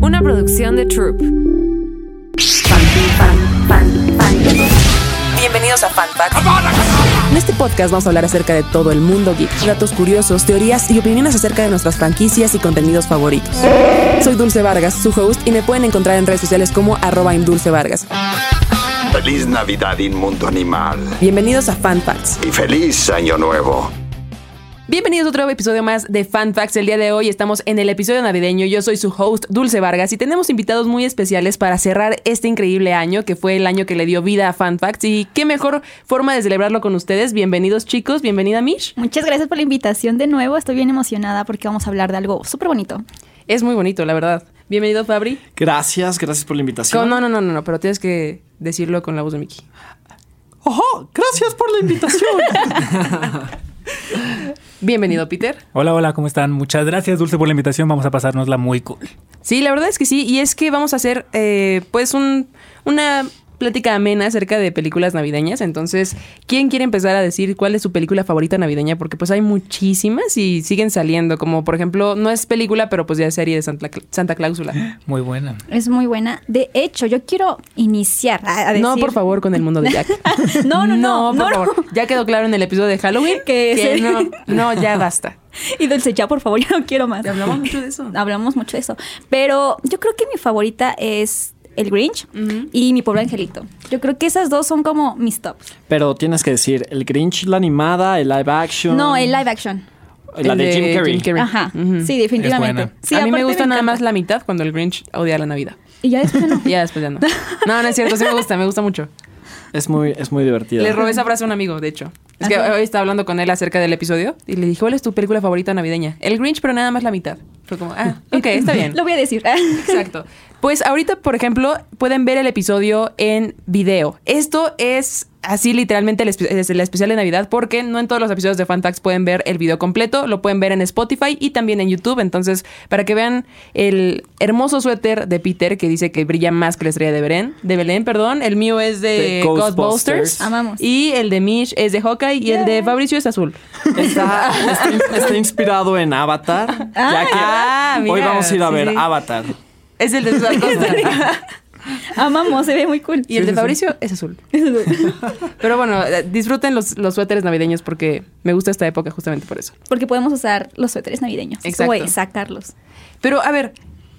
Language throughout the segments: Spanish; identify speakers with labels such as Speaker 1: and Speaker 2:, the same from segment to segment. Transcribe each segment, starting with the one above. Speaker 1: Una producción de Troop.
Speaker 2: Bienvenidos a Fanpack.
Speaker 3: En este podcast vamos a hablar acerca de todo el mundo geek, datos curiosos, teorías y opiniones acerca de nuestras franquicias y contenidos favoritos. Soy Dulce Vargas, su host, y me pueden encontrar en redes sociales como arroba imdulcevargas.
Speaker 4: Feliz Navidad, Inmundo Animal.
Speaker 3: Bienvenidos a Fan Facts.
Speaker 4: Y feliz Año Nuevo.
Speaker 3: Bienvenidos a otro episodio más de Fan Facts. El día de hoy estamos en el episodio navideño. Yo soy su host, Dulce Vargas, y tenemos invitados muy especiales para cerrar este increíble año, que fue el año que le dio vida a Fan Facts. Y qué mejor forma de celebrarlo con ustedes. Bienvenidos, chicos. Bienvenida, Mish.
Speaker 5: Muchas gracias por la invitación de nuevo. Estoy bien emocionada porque vamos a hablar de algo súper bonito.
Speaker 3: Es muy bonito, la verdad. Bienvenido, Fabri.
Speaker 6: Gracias, gracias por la invitación.
Speaker 3: Con- no, no, no, no, no, pero tienes que decirlo con la voz de Mickey.
Speaker 6: ¡Ojo! Gracias por la invitación.
Speaker 3: Bienvenido, Peter.
Speaker 7: Hola, hola, ¿cómo están? Muchas gracias, Dulce, por la invitación. Vamos a pasárnosla muy cool.
Speaker 3: Sí, la verdad es que sí. Y es que vamos a hacer, eh, pues, un, una plática amena acerca de películas navideñas. Entonces, ¿quién quiere empezar a decir cuál es su película favorita navideña? Porque, pues, hay muchísimas y siguen saliendo. Como, por ejemplo, no es película, pero pues ya es serie de Santa, Cla- Santa Cláusula.
Speaker 7: Muy buena.
Speaker 5: Es muy buena. De hecho, yo quiero iniciar a, a decir...
Speaker 3: No, por favor, con el mundo de Jack.
Speaker 5: no, no, no.
Speaker 3: por favor. Ya quedó claro en el episodio de Halloween
Speaker 5: Que
Speaker 3: que,
Speaker 5: ese-
Speaker 3: no, no, ya basta.
Speaker 5: Y Dulce, ya, por favor, ya no quiero más.
Speaker 3: Hablamos mucho de eso.
Speaker 5: Hablamos mucho de eso. Pero yo creo que mi favorita es El Grinch y Mi Pobre Angelito. Yo creo que esas dos son como mis tops.
Speaker 6: Pero tienes que decir, el Grinch, la animada, el live action.
Speaker 5: No, el live action.
Speaker 6: La
Speaker 3: El
Speaker 6: de,
Speaker 3: de
Speaker 6: Jim Carrey.
Speaker 3: Jim Carrey.
Speaker 5: Ajá.
Speaker 3: Ujú.
Speaker 5: Sí, definitivamente.
Speaker 7: Es buena.
Speaker 5: Sí,
Speaker 3: a mí me
Speaker 5: aparte
Speaker 3: gusta nada
Speaker 5: encanta.
Speaker 3: más la mitad cuando el Grinch odia la Navidad.
Speaker 5: Y ya después no.
Speaker 3: Y ya después ya no. No, no es cierto, sí me gusta, me gusta mucho.
Speaker 6: Es muy, es muy divertido.
Speaker 3: Le robé esa frase a un amigo, de hecho. Es que
Speaker 5: Ajá.
Speaker 3: hoy estaba hablando con él acerca del episodio y le dije, ¿cuál es tu película favorita navideña? El Grinch, pero nada más la mitad. Fue como, ah, ok, está bien.
Speaker 5: Lo voy a decir.
Speaker 3: Exacto. Pues ahorita, por ejemplo, pueden ver el episodio en video. Esto es así literalmente el, espe- es el especial de Navidad porque no en todos los episodios de Fantax pueden ver el video completo. Lo pueden ver en Spotify y también en YouTube. Entonces, para que vean el hermoso suéter de Peter que dice que brilla más que la estrella de Belén. De Belén, perdón. El mío es de
Speaker 6: De
Speaker 3: Ghostbusters.
Speaker 6: Ghostbusters.
Speaker 5: Amamos.
Speaker 3: Y el de Mish es de Hawkeye y el de Fabricio es azul.
Speaker 6: Está, está in- está inspirado en Avatar. ya que
Speaker 3: ah,
Speaker 6: hoy
Speaker 3: mira,
Speaker 6: vamos a ir a
Speaker 3: sí,
Speaker 6: ver
Speaker 3: sí.
Speaker 6: Avatar.
Speaker 3: Es el de Susan Costa.
Speaker 5: Amamos, se ve muy cool.
Speaker 3: Y el de Fabricio es azul. Pero bueno, eh, disfruten los, los suéteres navideños porque me gusta esta época justamente por eso.
Speaker 5: Porque podemos usar los suéteres navideños. Es
Speaker 3: Exacto.
Speaker 5: como de sacarlos.
Speaker 3: Pero a ver,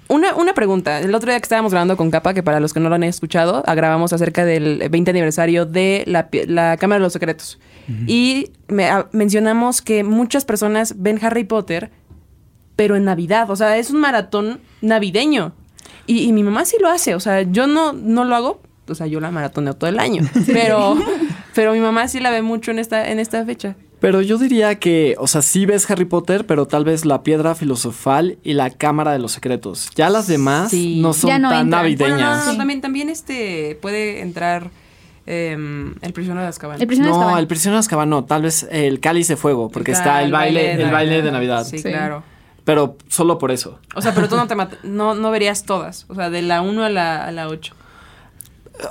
Speaker 3: una, una pregunta. El otro día que estábamos grabando con Capa, que para los que no lo han escuchado, ah, grabamos acerca del 20 aniversario de la, pi- la Cámara de los Secretos. Y me- ah, mencionamos que muchas personas ven Harry Potter, pero en Navidad. O sea, es un maratón navideño. Y, y mi mamá sí lo hace. O sea, yo no, no lo hago. O sea, yo la maratoneo todo el año. Pero, pero mi mamá sí la ve mucho en esta, en esta fecha.
Speaker 6: Pero yo diría que, o sea, sí ves Harry Potter, pero tal vez la piedra filosofal y la cámara de los secretos. Ya las demás
Speaker 3: Sí.
Speaker 6: no son
Speaker 5: Ya no
Speaker 6: tan
Speaker 5: entran.
Speaker 6: navideñas.
Speaker 3: Bueno, no, no, no,
Speaker 5: Sí.
Speaker 3: también, también este puede entrar em, el prisionero de Azkaban.
Speaker 5: El prisionero de
Speaker 6: No,
Speaker 5: Azkaban.
Speaker 6: el prisionero de Azkaban no, tal vez el cáliz de fuego, porque está, el baile, el baile de Navidad.
Speaker 3: Sí, claro.
Speaker 6: Pero solo por eso.
Speaker 3: O sea, pero tú no te mat- no, no verías todas. O sea, de la 1 a la, a la 8.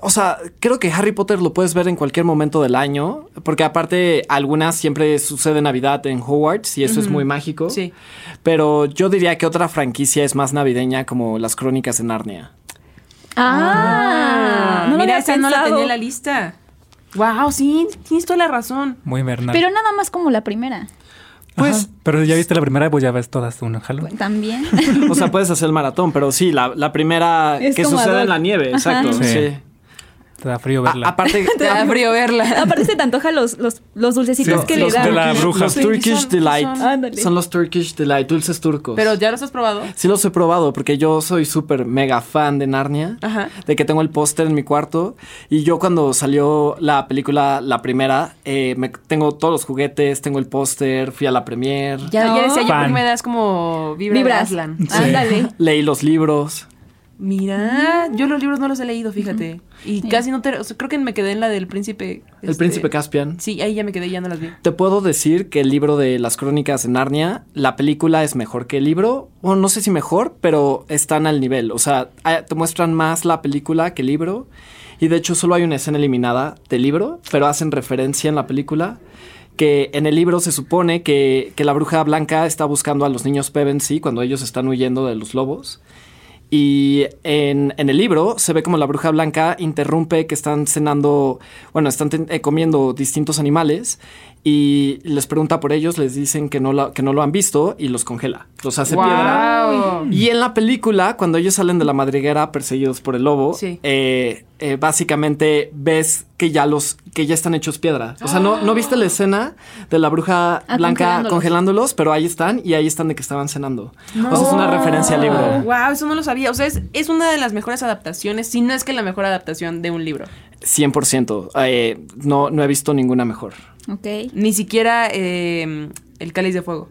Speaker 6: O sea, creo que Harry Potter lo puedes ver en cualquier momento del año, porque aparte algunas siempre sucede Navidad en Hogwarts y eso es muy mágico.
Speaker 3: Sí.
Speaker 6: Pero yo diría que otra franquicia es más navideña como las Crónicas de Narnia.
Speaker 5: Ah, no lo
Speaker 3: Mira,
Speaker 5: había
Speaker 3: esa no la
Speaker 5: pensado.
Speaker 3: tenía en la lista. Wow, sí, tienes toda la razón.
Speaker 7: Muy invernal.
Speaker 5: Pero nada más como la primera.
Speaker 6: Pues,
Speaker 7: Pero si ya viste la primera, pues ya ves todas uno, jalo.
Speaker 5: También.
Speaker 6: o sea, puedes hacer el maratón, pero sí, la, la primera
Speaker 5: Es
Speaker 6: que
Speaker 5: como ad
Speaker 6: sucede
Speaker 5: hoc.
Speaker 6: en la nieve, exacto.
Speaker 7: Sí.
Speaker 6: sí.
Speaker 7: Te da frío
Speaker 6: A-
Speaker 7: verla.
Speaker 6: aparte,
Speaker 3: Te da frío verla.
Speaker 5: Aparte se te antoja los, los, los dulcecitos
Speaker 7: Sí,
Speaker 5: que
Speaker 7: los
Speaker 5: le dan.
Speaker 7: de la bruja.
Speaker 6: los
Speaker 7: Sí,
Speaker 6: Turkish
Speaker 3: son-
Speaker 6: Delight.
Speaker 3: son-
Speaker 5: Ándale.
Speaker 6: Son los Turkish Delight, dulces turcos.
Speaker 3: Pero ya los has probado.
Speaker 6: Sí los he probado porque yo soy súper mega fan de Narnia,
Speaker 3: Ajá.
Speaker 6: de que tengo el póster en mi cuarto y yo cuando salió la película, la primera, eh, me- tengo todos los juguetes, tengo el póster, fui a la premier,
Speaker 3: Ya, ya decía yo
Speaker 7: Fan.
Speaker 3: porque me das como vibra de
Speaker 5: Vibras.
Speaker 3: Aslan.
Speaker 5: Ándale.
Speaker 6: leí los libros.
Speaker 3: Mira, yo los libros no los he leído, fíjate. Y casi no te. o sea, creo que me quedé en la del príncipe.
Speaker 6: El
Speaker 3: este,
Speaker 6: príncipe Caspian.
Speaker 3: Sí, ahí ya me quedé, ya no las vi.
Speaker 6: Te puedo decir que el libro de las crónicas de Narnia, la película es mejor que el libro. Bueno, no sé si mejor, pero están al nivel. O sea, a- te muestran más la película que el libro. Y de hecho solo hay una escena eliminada del libro, pero hacen referencia en la película. Que en el libro se supone que, que la bruja blanca está buscando a los niños Pevensey cuando ellos están huyendo de los lobos. Y en, en el libro se ve como la bruja blanca interrumpe que están cenando, bueno, están ten- eh, comiendo distintos animales y les pregunta por ellos, les dicen que no, la- que no lo han visto y los congela, los hace piedra.
Speaker 3: ¡Wow!
Speaker 6: Y en la película, cuando ellos salen de la madriguera perseguidos por el lobo,
Speaker 3: Sí.
Speaker 6: eh, eh, básicamente ves que ya los, que ya están hechos piedra. O sea, no, no viste la escena de la bruja
Speaker 1: Ah,
Speaker 6: blanca
Speaker 1: congelándolos.
Speaker 6: congelándolos. pero ahí están y ahí están de que estaban cenando. O sea, es una
Speaker 3: No.
Speaker 6: referencia al libro.
Speaker 3: Wow, eso no lo sabía. O sea, es, es una de las mejores adaptaciones, si no es que la mejor adaptación de un libro.
Speaker 6: 100%. Eh, no, no he visto ninguna mejor.
Speaker 5: Ok.
Speaker 3: Ni siquiera eh, El Cáliz de Fuego.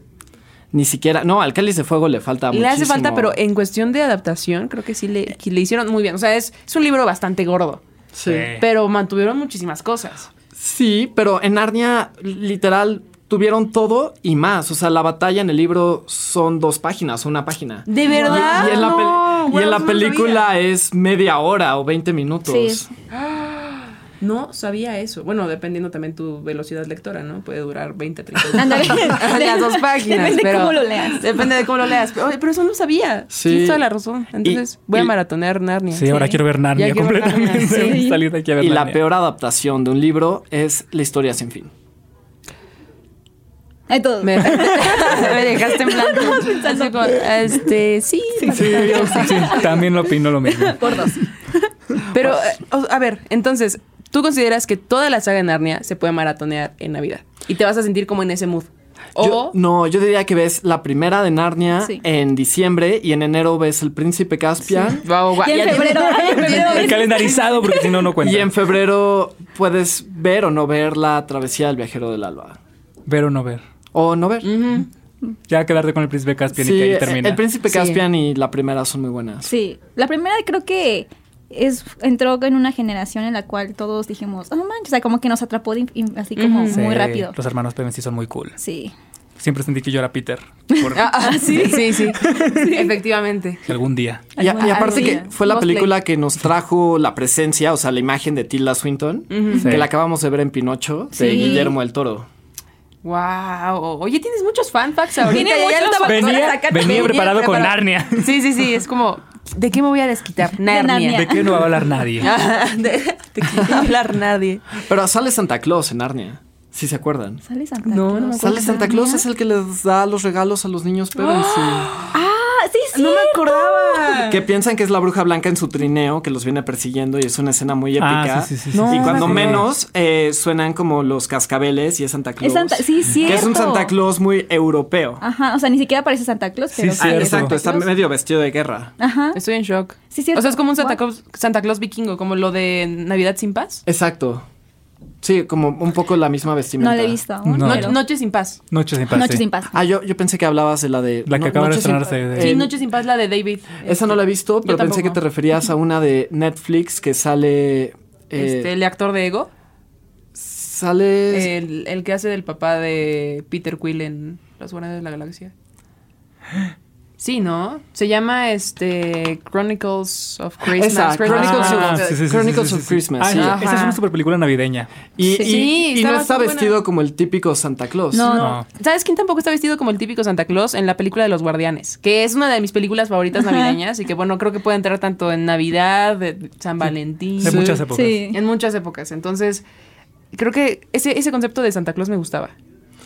Speaker 6: Ni siquiera, no, al Cáliz de Fuego le falta
Speaker 3: Le hace
Speaker 6: muchísimo.
Speaker 3: falta, pero eh, en cuestión de adaptación, creo que sí le, que le hicieron muy bien. O sea, es, es un libro bastante gordo,
Speaker 6: Sí.
Speaker 3: pero mantuvieron muchísimas cosas.
Speaker 6: Sí, pero en Narnia, literal, tuvieron todo y más. O sea, la batalla en el libro son dos páginas, una página.
Speaker 3: ¿De
Speaker 6: Y-
Speaker 3: verdad?
Speaker 6: Y, en la,
Speaker 3: No,
Speaker 6: pel- y
Speaker 3: bueno,
Speaker 6: en la
Speaker 3: eso no lo
Speaker 6: película es media hora o 20 minutos.
Speaker 5: Sí.
Speaker 3: No sabía eso. Bueno, dependiendo también tu velocidad lectora, ¿no? Puede durar 20, 30
Speaker 5: Ándale.
Speaker 3: Las dos páginas.
Speaker 5: Depende
Speaker 3: pero-
Speaker 5: cómo lo leas.
Speaker 3: Depende de cómo lo leas. Pero, oye, pero eso no sabía.
Speaker 6: Sí.
Speaker 3: Tienes toda la razón. Entonces,
Speaker 6: Y-
Speaker 3: voy a
Speaker 6: y-
Speaker 3: maratonear Narnia.
Speaker 7: Sí, ahora quiero ver Narnia
Speaker 3: quiero ver
Speaker 7: completamente.
Speaker 3: Narnia,
Speaker 7: Voy a
Speaker 5: sí.
Speaker 7: salir de aquí a ver
Speaker 6: Y la
Speaker 7: Narnia.
Speaker 6: peor adaptación de un libro es La historia sin fin.
Speaker 5: Hay todo.
Speaker 3: Me, me dejaste en blanco. Así como, este, sí.
Speaker 7: Sí, sí, también lo opino lo mismo.
Speaker 5: Por dos.
Speaker 3: Pero, eh, o- a ver, entonces, ¿tú consideras que toda la saga de Narnia se puede maratonear en Navidad? Y te vas a sentir como en ese mood. O,
Speaker 6: Yo- no, yo diría que ves la primera de Narnia
Speaker 5: Sí.
Speaker 6: en diciembre y en enero ves El Príncipe Caspian.
Speaker 3: Wow, wow,
Speaker 5: Y en
Speaker 3: ya-
Speaker 5: febrero. En febrero.
Speaker 7: El calendarizado, porque si no, no cuenta.
Speaker 6: Y en febrero puedes ver o no ver la travesía del viajero del alba.
Speaker 7: Ver o no ver.
Speaker 6: O no ver.
Speaker 7: Ya quedarte con el príncipe Caspian y
Speaker 6: Mm. Sí,
Speaker 7: que ahí
Speaker 6: eh,
Speaker 7: termina.
Speaker 6: el príncipe
Speaker 3: Sí.
Speaker 6: Caspian y la primera son muy buenas.
Speaker 5: Sí. La primera creo que es entró en una generación en la cual todos dijimos, oh, no manches, o sea, como que nos atrapó de- in- así como
Speaker 7: Sí,
Speaker 5: muy rápido.
Speaker 7: Los hermanos Pevensey son muy cool.
Speaker 5: Sí.
Speaker 7: Siempre sentí que yo era Peter. Por
Speaker 3: Ah, ah, sí, sí, sí. Efectivamente.
Speaker 7: algún día.
Speaker 6: Y, a- y
Speaker 5: Alguna-
Speaker 6: aparte
Speaker 5: alguna.
Speaker 6: que fue la
Speaker 3: Cosplay.
Speaker 6: película que nos trajo la presencia, o sea, la imagen de Tilda Swinton,
Speaker 7: Sí.
Speaker 6: que la acabamos de ver en Pinocho, de
Speaker 5: Sí.
Speaker 6: Guillermo el Toro.
Speaker 3: Wow. Oye, tienes muchos fanfacts ahorita.
Speaker 5: Tiene
Speaker 3: Ya- ya
Speaker 5: muchos
Speaker 3: lo estaba-
Speaker 5: fun
Speaker 7: Venía-
Speaker 3: sacaste.
Speaker 7: venía preparado con Narnia.
Speaker 3: Sí, sí, sí. Es como, ¿de qué me voy a desquitar?
Speaker 5: Narnia.
Speaker 7: ¿De
Speaker 3: Narnia.
Speaker 7: qué no va a hablar nadie?
Speaker 3: Ah, De, de qué no va a hablar nadie.
Speaker 6: Pero sale Santa Claus en Narnia, si se acuerdan.
Speaker 5: Sale Santa
Speaker 3: No, no me acuerdo.
Speaker 5: Claus.
Speaker 6: Sale Santa Claus, es el que les da los regalos a los niños Pevensey.
Speaker 5: Ah, sí, sí.
Speaker 3: No me acordaba.
Speaker 6: Que piensan que es la bruja blanca en su trineo que los viene persiguiendo y es una escena muy
Speaker 7: Ah,
Speaker 6: épica.
Speaker 7: sí, sí, sí,
Speaker 3: No,
Speaker 7: sí,
Speaker 6: y
Speaker 7: sí,
Speaker 6: cuando
Speaker 7: sí.
Speaker 6: menos eh, suenan como los cascabeles y es Santa Ah, Claus.
Speaker 5: Es Santa, sí,
Speaker 6: que
Speaker 5: cierto.
Speaker 6: es un Santa Claus muy europeo.
Speaker 5: Ajá, o sea, ni siquiera parece Santa Claus,
Speaker 7: Sí,
Speaker 5: pero
Speaker 7: sí.
Speaker 6: Ah,
Speaker 7: cierto.
Speaker 6: exacto, está
Speaker 3: Santa Claus.
Speaker 6: medio vestido de guerra.
Speaker 5: Ajá.
Speaker 3: Estoy en shock.
Speaker 5: Sí, cierto.
Speaker 3: O sea, es como un Santa
Speaker 5: Wow.
Speaker 3: Claus, Santa Claus vikingo, como lo de Navidad sin paz.
Speaker 6: Exacto. Sí, como un poco la misma vestimenta.
Speaker 5: No la he visto aún,
Speaker 7: No.
Speaker 5: pero-
Speaker 3: No- noche sin paz.
Speaker 7: Noche sin paz.
Speaker 5: Noche
Speaker 7: sí.
Speaker 5: sin paz.
Speaker 6: Ah, yo, yo pensé que hablabas de la de...
Speaker 7: La que acaba de
Speaker 6: Noche sin-
Speaker 7: estrenarse.
Speaker 3: Sí,
Speaker 6: eh,
Speaker 3: Noche sin paz, la de David. Este,
Speaker 6: Esa no la he visto, pero pensé que te
Speaker 3: tampoco.
Speaker 6: referías a una de Netflix que sale... eh,
Speaker 3: Este, el actor de Ego,
Speaker 6: sale...
Speaker 3: el, el que hace del papá de Peter Quill en Las Guardianes de la Galaxia. Sí, ¿no? Se llama este Chronicles of Christmas.
Speaker 6: Esa, Chronicles
Speaker 3: Ah.
Speaker 7: Ah,
Speaker 6: of-
Speaker 7: sí, sí, sí,
Speaker 6: Chronicles
Speaker 7: sí, sí,
Speaker 6: of
Speaker 7: sí.
Speaker 6: Christmas,
Speaker 7: Ah,
Speaker 6: sí.
Speaker 7: esa- Esa es
Speaker 3: Ajá.
Speaker 7: una super película navideña.
Speaker 6: y,
Speaker 3: sí,
Speaker 6: y-
Speaker 3: sí,
Speaker 6: y no
Speaker 3: estaba
Speaker 6: está
Speaker 3: muy buena.
Speaker 6: vestido como el típico Santa Claus.
Speaker 5: No.
Speaker 7: No.
Speaker 3: ¿Sabes quién tampoco está vestido como el típico Santa Claus en la película de los Guardianes? Que es una de mis películas favoritas navideñas y que, bueno, creo que puede entrar tanto en Navidad, de- San Valentín.
Speaker 7: De muchas épocas.
Speaker 5: Sí.
Speaker 3: En muchas épocas. Entonces, creo que ese, ese concepto de Santa Claus me gustaba.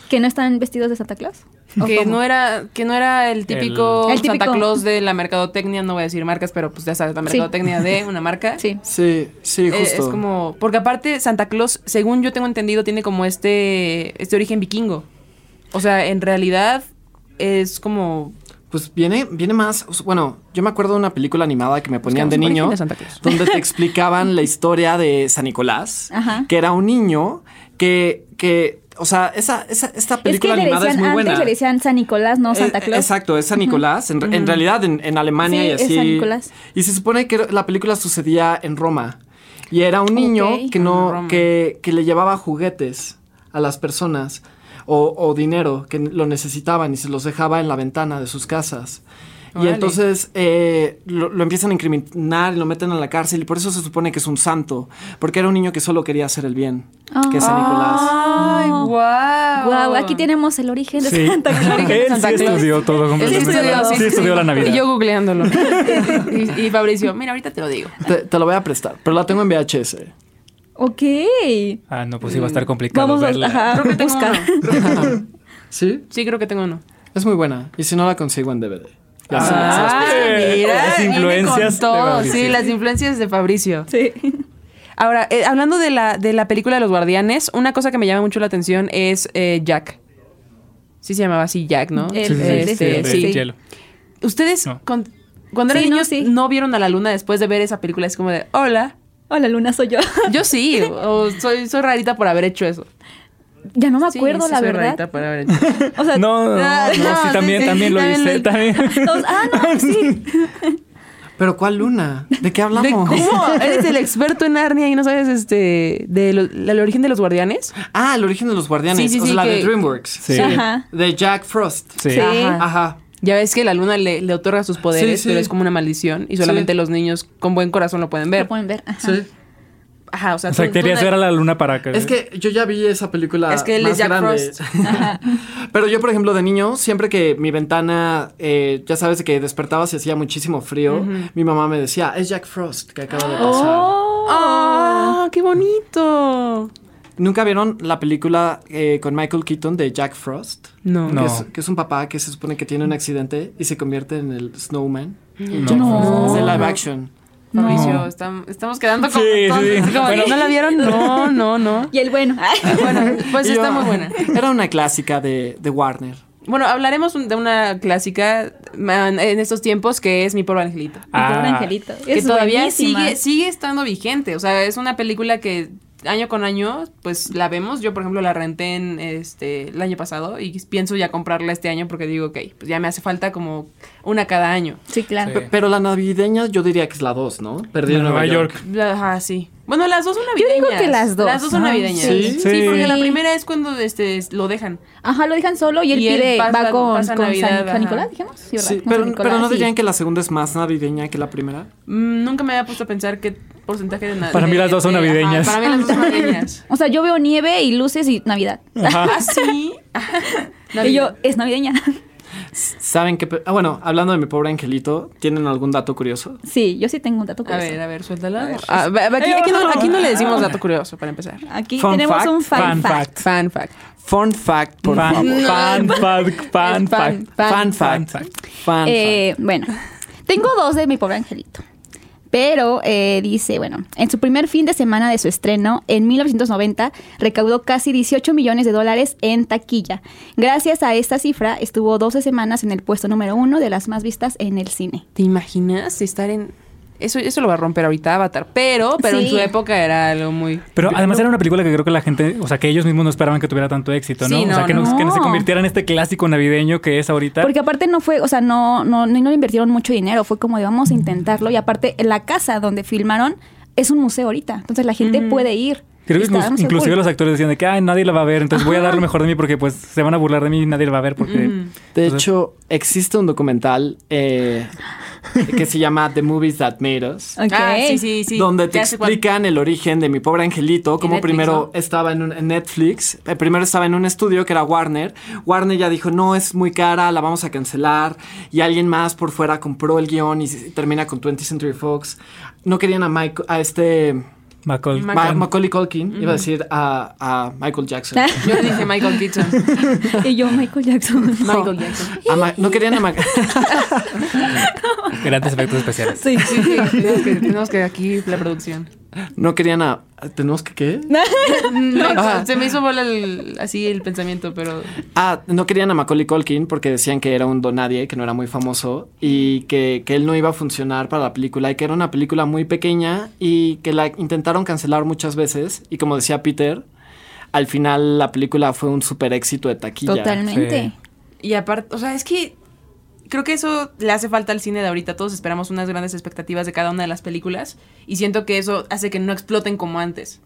Speaker 5: ¿Que no están vestidos de Santa Claus? ¿O
Speaker 3: Que
Speaker 5: cómo?
Speaker 3: no, era, que no era el típico,
Speaker 5: El típico.
Speaker 3: Santa Claus de la mercadotecnia, no voy a decir marcas, pero pues ya sabes, la mercadotecnia de una marca.
Speaker 5: Sí.
Speaker 6: Sí, sí,
Speaker 3: Eh,
Speaker 6: justo.
Speaker 3: es como. Porque aparte, Santa Claus, según yo tengo entendido, tiene como este. este origen vikingo. O sea, en realidad es como.
Speaker 6: Pues viene, viene más. o sea, Bueno, yo me acuerdo de una película animada que me
Speaker 3: Buscamos
Speaker 6: ponían de
Speaker 3: origen
Speaker 6: niño,
Speaker 3: de Santa Claus.
Speaker 6: donde te explicaban la historia de San Nicolás,
Speaker 5: Ajá.
Speaker 6: que era un niño que, que o sea, esa, esa- esta
Speaker 5: Es que
Speaker 6: película
Speaker 5: le
Speaker 6: animada es
Speaker 5: decían
Speaker 6: muy
Speaker 5: antes,
Speaker 6: buena.
Speaker 5: le decían San Nicolás, no
Speaker 6: Eh,
Speaker 5: Santa
Speaker 6: eh,
Speaker 5: Claus.
Speaker 6: Exacto, es San Nicolás. En, en realidad, en, en Alemania
Speaker 5: Sí,
Speaker 6: y
Speaker 5: es
Speaker 6: así.
Speaker 5: San Nicolás.
Speaker 6: Y se supone que la película sucedía en Roma. Y era un niño
Speaker 5: Ok.
Speaker 6: que
Speaker 3: En Roma.
Speaker 6: no. Que, que le llevaba juguetes a las personas. O, o dinero que lo necesitaban y se los dejaba en la ventana de sus casas. Y
Speaker 3: Órale.
Speaker 6: entonces eh, lo, lo empiezan a incriminar y lo meten a la cárcel. Y por eso se supone que es un santo. Porque era un niño que solo quería hacer el bien. Que es San
Speaker 5: Ah.
Speaker 3: Ay,
Speaker 6: Nicolás.
Speaker 3: wow.
Speaker 5: Wow, aquí tenemos el origen de
Speaker 7: Sí.
Speaker 5: Santa Claus.
Speaker 3: Claus.
Speaker 7: Él sí
Speaker 3: Santa Claus.
Speaker 7: estudió todo completamente.
Speaker 5: estudió,
Speaker 7: sí,
Speaker 5: sí,
Speaker 7: estudió la Navidad.
Speaker 3: Y yo googleándolo. y, y Fabricio, mira, ahorita te lo digo.
Speaker 6: Te, te lo voy a prestar, pero la tengo en VHS.
Speaker 5: Ok.
Speaker 7: Ah, no, pues iba a estar complicado
Speaker 5: Vamos a
Speaker 7: verla.
Speaker 5: ajá,
Speaker 3: Creo que tengo
Speaker 5: buscar.
Speaker 3: uno. Creo que-
Speaker 5: Ah.
Speaker 6: ¿Sí?
Speaker 3: Sí, creo que tengo uno.
Speaker 6: Es muy buena. Y si no la consigo en DVD. Ya se las-
Speaker 3: Ah,
Speaker 7: Eh,
Speaker 3: mira,
Speaker 7: las
Speaker 3: viene
Speaker 7: influencias de
Speaker 3: con todo.
Speaker 7: Fabricio.
Speaker 3: Sí, las influencias de Fabricio.
Speaker 5: Sí.
Speaker 3: Ahora, eh, hablando de la, de la película de los guardianes, una cosa que me llama mucho la atención es eh, Jack. Sí se llamaba así Jack, ¿no?
Speaker 5: El-
Speaker 7: Sí, sí, sí,
Speaker 5: el-
Speaker 7: sí,
Speaker 3: Este,
Speaker 7: el de
Speaker 3: sí.
Speaker 7: hielo.
Speaker 3: Ustedes,
Speaker 7: No.
Speaker 3: con- cuando eran
Speaker 5: Sí, no,
Speaker 3: niños, no,
Speaker 5: sí.
Speaker 3: vieron a la luna después de ver esa película. Es como de, hola,
Speaker 5: Hola, Luna, soy yo.
Speaker 3: yo sí. o soy, soy rarita por haber hecho eso.
Speaker 5: ya no me
Speaker 3: Sí,
Speaker 5: acuerdo,
Speaker 3: sí,
Speaker 5: la
Speaker 3: soy
Speaker 5: verdad.
Speaker 3: rarita por haber hecho eso.
Speaker 5: O sea,
Speaker 7: No, no,
Speaker 3: Ah,
Speaker 7: no,
Speaker 3: no,
Speaker 7: sí,
Speaker 3: sí,
Speaker 7: también,
Speaker 3: sí,
Speaker 7: también lo
Speaker 3: también lo
Speaker 7: hice.
Speaker 3: hice.
Speaker 7: También.
Speaker 5: todos, ah, no, sí.
Speaker 6: Pero ¿cuál luna? ¿De qué
Speaker 3: ¿De
Speaker 6: hablamos?
Speaker 3: cómo? Eres el experto en Narnia y no sabes este de lo- la- el origen de los guardianes.
Speaker 6: Ah, el origen de los guardianes.
Speaker 3: Sí, sí,
Speaker 6: o
Speaker 3: sí,
Speaker 6: sea,
Speaker 3: Ah.
Speaker 6: la
Speaker 3: que-
Speaker 6: de DreamWorks.
Speaker 7: Sí.
Speaker 5: Ajá.
Speaker 6: De Jack Frost.
Speaker 7: Sí.
Speaker 5: Sí.
Speaker 3: Ajá.
Speaker 6: Ajá.
Speaker 3: Ya ves que la luna le, le otorga sus poderes,
Speaker 6: Sí, sí.
Speaker 3: pero es como una maldición y solamente
Speaker 6: Sí.
Speaker 3: los niños con buen corazón lo pueden ver.
Speaker 5: Lo pueden ver. Ajá.
Speaker 6: Sí.
Speaker 3: Ajá, o sea,
Speaker 7: O sea,
Speaker 3: tú-
Speaker 7: querías
Speaker 3: tú-
Speaker 7: ver a la luna para
Speaker 6: Es que yo ya vi esa película.
Speaker 3: Es que él
Speaker 6: más
Speaker 3: es Jack
Speaker 6: grande.
Speaker 3: Frost.
Speaker 6: Pero yo, por ejemplo, de niño, siempre que mi ventana, eh, ya sabes que despertaba si hacía muchísimo frío, mi mamá me decía, es Jack Frost que acaba de pasar.
Speaker 3: Oh. ¡Ah, qué bonito!
Speaker 6: ¿Nunca vieron la película eh, con Michael Keaton de Jack Frost?
Speaker 3: No.
Speaker 6: Que
Speaker 7: No.
Speaker 6: es, que es un papá que se supone que tiene un accidente y se convierte en el snowman.
Speaker 7: No.
Speaker 5: No.
Speaker 6: Es de live action.
Speaker 3: Fabricio,
Speaker 7: No.
Speaker 3: estam- estamos quedando como,
Speaker 7: Sí, sí,
Speaker 3: tontos,
Speaker 7: sí.
Speaker 3: como
Speaker 7: Bueno.
Speaker 3: ¿no la vieron? No, no, no.
Speaker 5: Y Ah, el bueno.
Speaker 3: Bueno, pues
Speaker 6: Y yo-
Speaker 3: está muy buena.
Speaker 6: Era una clásica de, de Warner.
Speaker 3: Bueno, hablaremos un- de una clásica man, en estos tiempos que es Mi Pobre Angelito.
Speaker 5: Mi pobre
Speaker 7: Ah.
Speaker 5: angelito.
Speaker 3: que
Speaker 5: Es
Speaker 3: todavía
Speaker 5: buenísima.
Speaker 3: sigue, sigue estando vigente. O sea, es una película que año con año, pues la vemos. Yo, por ejemplo, la renté en, este, el año pasado y pienso ya comprarla este año porque digo, ok, pues ya me hace falta como una cada año.
Speaker 5: Sí, claro.
Speaker 7: Sí.
Speaker 6: Pero la navideña yo diría que es la 2, ¿no? Perdido en
Speaker 7: Nueva York.
Speaker 3: Ajá, sí. Bueno, las dos son navideñas.
Speaker 5: digo que las dos.
Speaker 3: Las dos son
Speaker 5: Ah,
Speaker 3: navideñas.
Speaker 6: ¿sí?
Speaker 3: Sí,
Speaker 7: Sí.
Speaker 3: porque la primera es cuando este, es- lo dejan.
Speaker 5: Ajá, lo dejan solo y él
Speaker 3: Y él
Speaker 5: pide,
Speaker 3: pasa-
Speaker 5: va con,
Speaker 3: pasa
Speaker 5: con San-
Speaker 3: Navidad,
Speaker 5: San,
Speaker 3: ajá.
Speaker 5: Nicolás, dijimos. Sí, ¿verdad?
Speaker 6: Sí,
Speaker 5: Con San
Speaker 6: pero,
Speaker 5: Nicolás,
Speaker 6: pero no
Speaker 5: sí.
Speaker 6: dirían que la segunda es más navideña que la primera.
Speaker 3: Mm, Nunca me había puesto a pensar qué porcentaje de navideñas.
Speaker 7: Para mí las dos son navideñas.
Speaker 3: para mí las dos son navideñas.
Speaker 5: O sea, yo veo nieve y luces y Navidad.
Speaker 3: ¿Ah, sí?
Speaker 5: Y yo, es navideña.
Speaker 6: ¿Saben qué? pe- Ah, bueno, hablando de mi pobre angelito, ¿tienen algún dato curioso?
Speaker 5: Sí, yo sí tengo un dato
Speaker 3: A
Speaker 5: curioso.
Speaker 3: ver, a ver, suéltala. Ah, va- va- aquí, aquí no, aquí no le decimos dato curioso, para empezar.
Speaker 5: Aquí
Speaker 6: Fun
Speaker 5: tenemos
Speaker 6: fact,
Speaker 5: un fun,
Speaker 7: Fan
Speaker 5: fact.
Speaker 7: fact.
Speaker 3: Fan fact.
Speaker 6: Fun fact, por
Speaker 7: Fan,
Speaker 6: favor.
Speaker 7: fan, fan, fan,
Speaker 3: Es fan.
Speaker 7: fact.
Speaker 6: Fan,
Speaker 7: fan
Speaker 6: fact. Fan
Speaker 5: Eh, bueno, tengo dos de mi pobre angelito. Pero eh, dice, bueno, en su primer fin de semana de su estreno, en 1990, recaudó casi 18 millones de dólares en taquilla. Gracias a esta cifra, estuvo 12 semanas en el puesto número uno de las más vistas en el cine.
Speaker 3: ¿Te imaginas estar en...? Eso, eso lo va a romper ahorita Avatar, pero, pero en
Speaker 5: Sí.
Speaker 3: su época era algo muy...
Speaker 7: Pero además era una película que creo que la gente, o sea, que ellos mismos no esperaban que tuviera tanto éxito, ¿no?
Speaker 3: Sí,
Speaker 7: o sea,
Speaker 3: no,
Speaker 7: que, no. que no se
Speaker 5: no.
Speaker 7: convirtiera en este clásico navideño que es ahorita.
Speaker 5: Porque aparte no fue, o sea, no, no, no, no le invirtieron mucho dinero, fue como de vamos a
Speaker 7: Mm.
Speaker 5: intentarlo. Y aparte, la casa donde filmaron es un museo ahorita, entonces la gente puede ir.
Speaker 7: Creo que
Speaker 5: Está
Speaker 7: incluso-
Speaker 5: súper
Speaker 7: inclusive
Speaker 5: cool.
Speaker 7: los actores decían de que Ay, nadie la va a ver, entonces voy a dar lo mejor de mí porque pues se van a burlar de mí y nadie la va a ver porque...
Speaker 6: De
Speaker 7: Entonces-
Speaker 6: hecho, existe un documental eh, que se llama The Movies That Made Us.
Speaker 5: Ok.
Speaker 3: Ah, sí, sí, sí.
Speaker 6: donde te
Speaker 3: Ya sé cuál.
Speaker 6: explican el origen de mi pobre angelito, como
Speaker 3: Netflix,
Speaker 6: primero
Speaker 3: ¿no?
Speaker 6: estaba en, un- en Netflix, eh, primero estaba en un estudio que era Warner, Warner ya dijo, no, es muy cara, la vamos a cancelar, y alguien más por fuera compró el guión y, s- y termina con 20th Century Fox. No querían a, Mike, a este...
Speaker 7: Macaul-
Speaker 3: Mac-
Speaker 6: Ma-
Speaker 3: Macaul-
Speaker 6: Macaulay Culkin, iba a decir a, a Michael Jackson.
Speaker 3: Yo dije Michael Keaton.
Speaker 5: y yo, Michael Jackson.
Speaker 3: Michael Jackson.
Speaker 6: A Ma- no querían a Ma-
Speaker 7: Grandes efectos especiales.
Speaker 5: Sí.
Speaker 3: Sí, sí, tenemos que, tenemos que aquí la producción.
Speaker 6: no querían a... ¿Tenemos que qué?
Speaker 3: No,
Speaker 6: Ah.
Speaker 3: Se me hizo bola el- así el pensamiento, pero...
Speaker 6: Ah, no querían a Macaulay Culkin porque decían que era un donadie, que no era muy famoso y que, que él no iba a funcionar para la película y que era una película muy pequeña y que la intentaron cancelar muchas veces y como decía Peter, al final la película fue un super éxito de taquilla.
Speaker 5: Totalmente.
Speaker 3: Y aparte, o sea, es que creo que eso le hace falta al cine de ahorita. Todos esperamos unas grandes expectativas de cada una de las películas y siento que eso hace que no exploten como antes.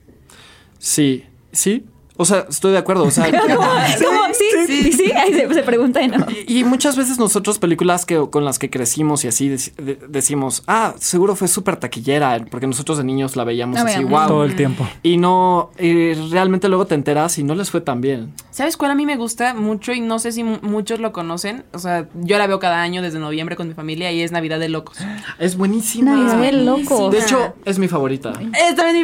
Speaker 6: Sí, sí. O sea, estoy de acuerdo. O sea,
Speaker 5: ¿Cómo? Sí, sí, sí. Ahí se, se pregunta y no.
Speaker 6: Y, y muchas veces nosotros películas que con las que crecimos y así dec- de- decimos, ah, seguro fue súper taquillera, porque nosotros de niños la veíamos
Speaker 5: La
Speaker 6: así,
Speaker 5: veíamos.
Speaker 6: wow.
Speaker 7: Todo el tiempo.
Speaker 6: Y no, y realmente luego te enteras y no les fue tan bien.
Speaker 3: ¿Sabes cuál a mí me gusta mucho y no sé si mu- muchos lo conocen? O sea, yo la veo cada año desde noviembre con mi familia y es Navidad de Locos.
Speaker 6: Es buenísima.
Speaker 5: Nadie ve loco.
Speaker 6: De hecho, es mi favorita.
Speaker 3: ¡Esta es mi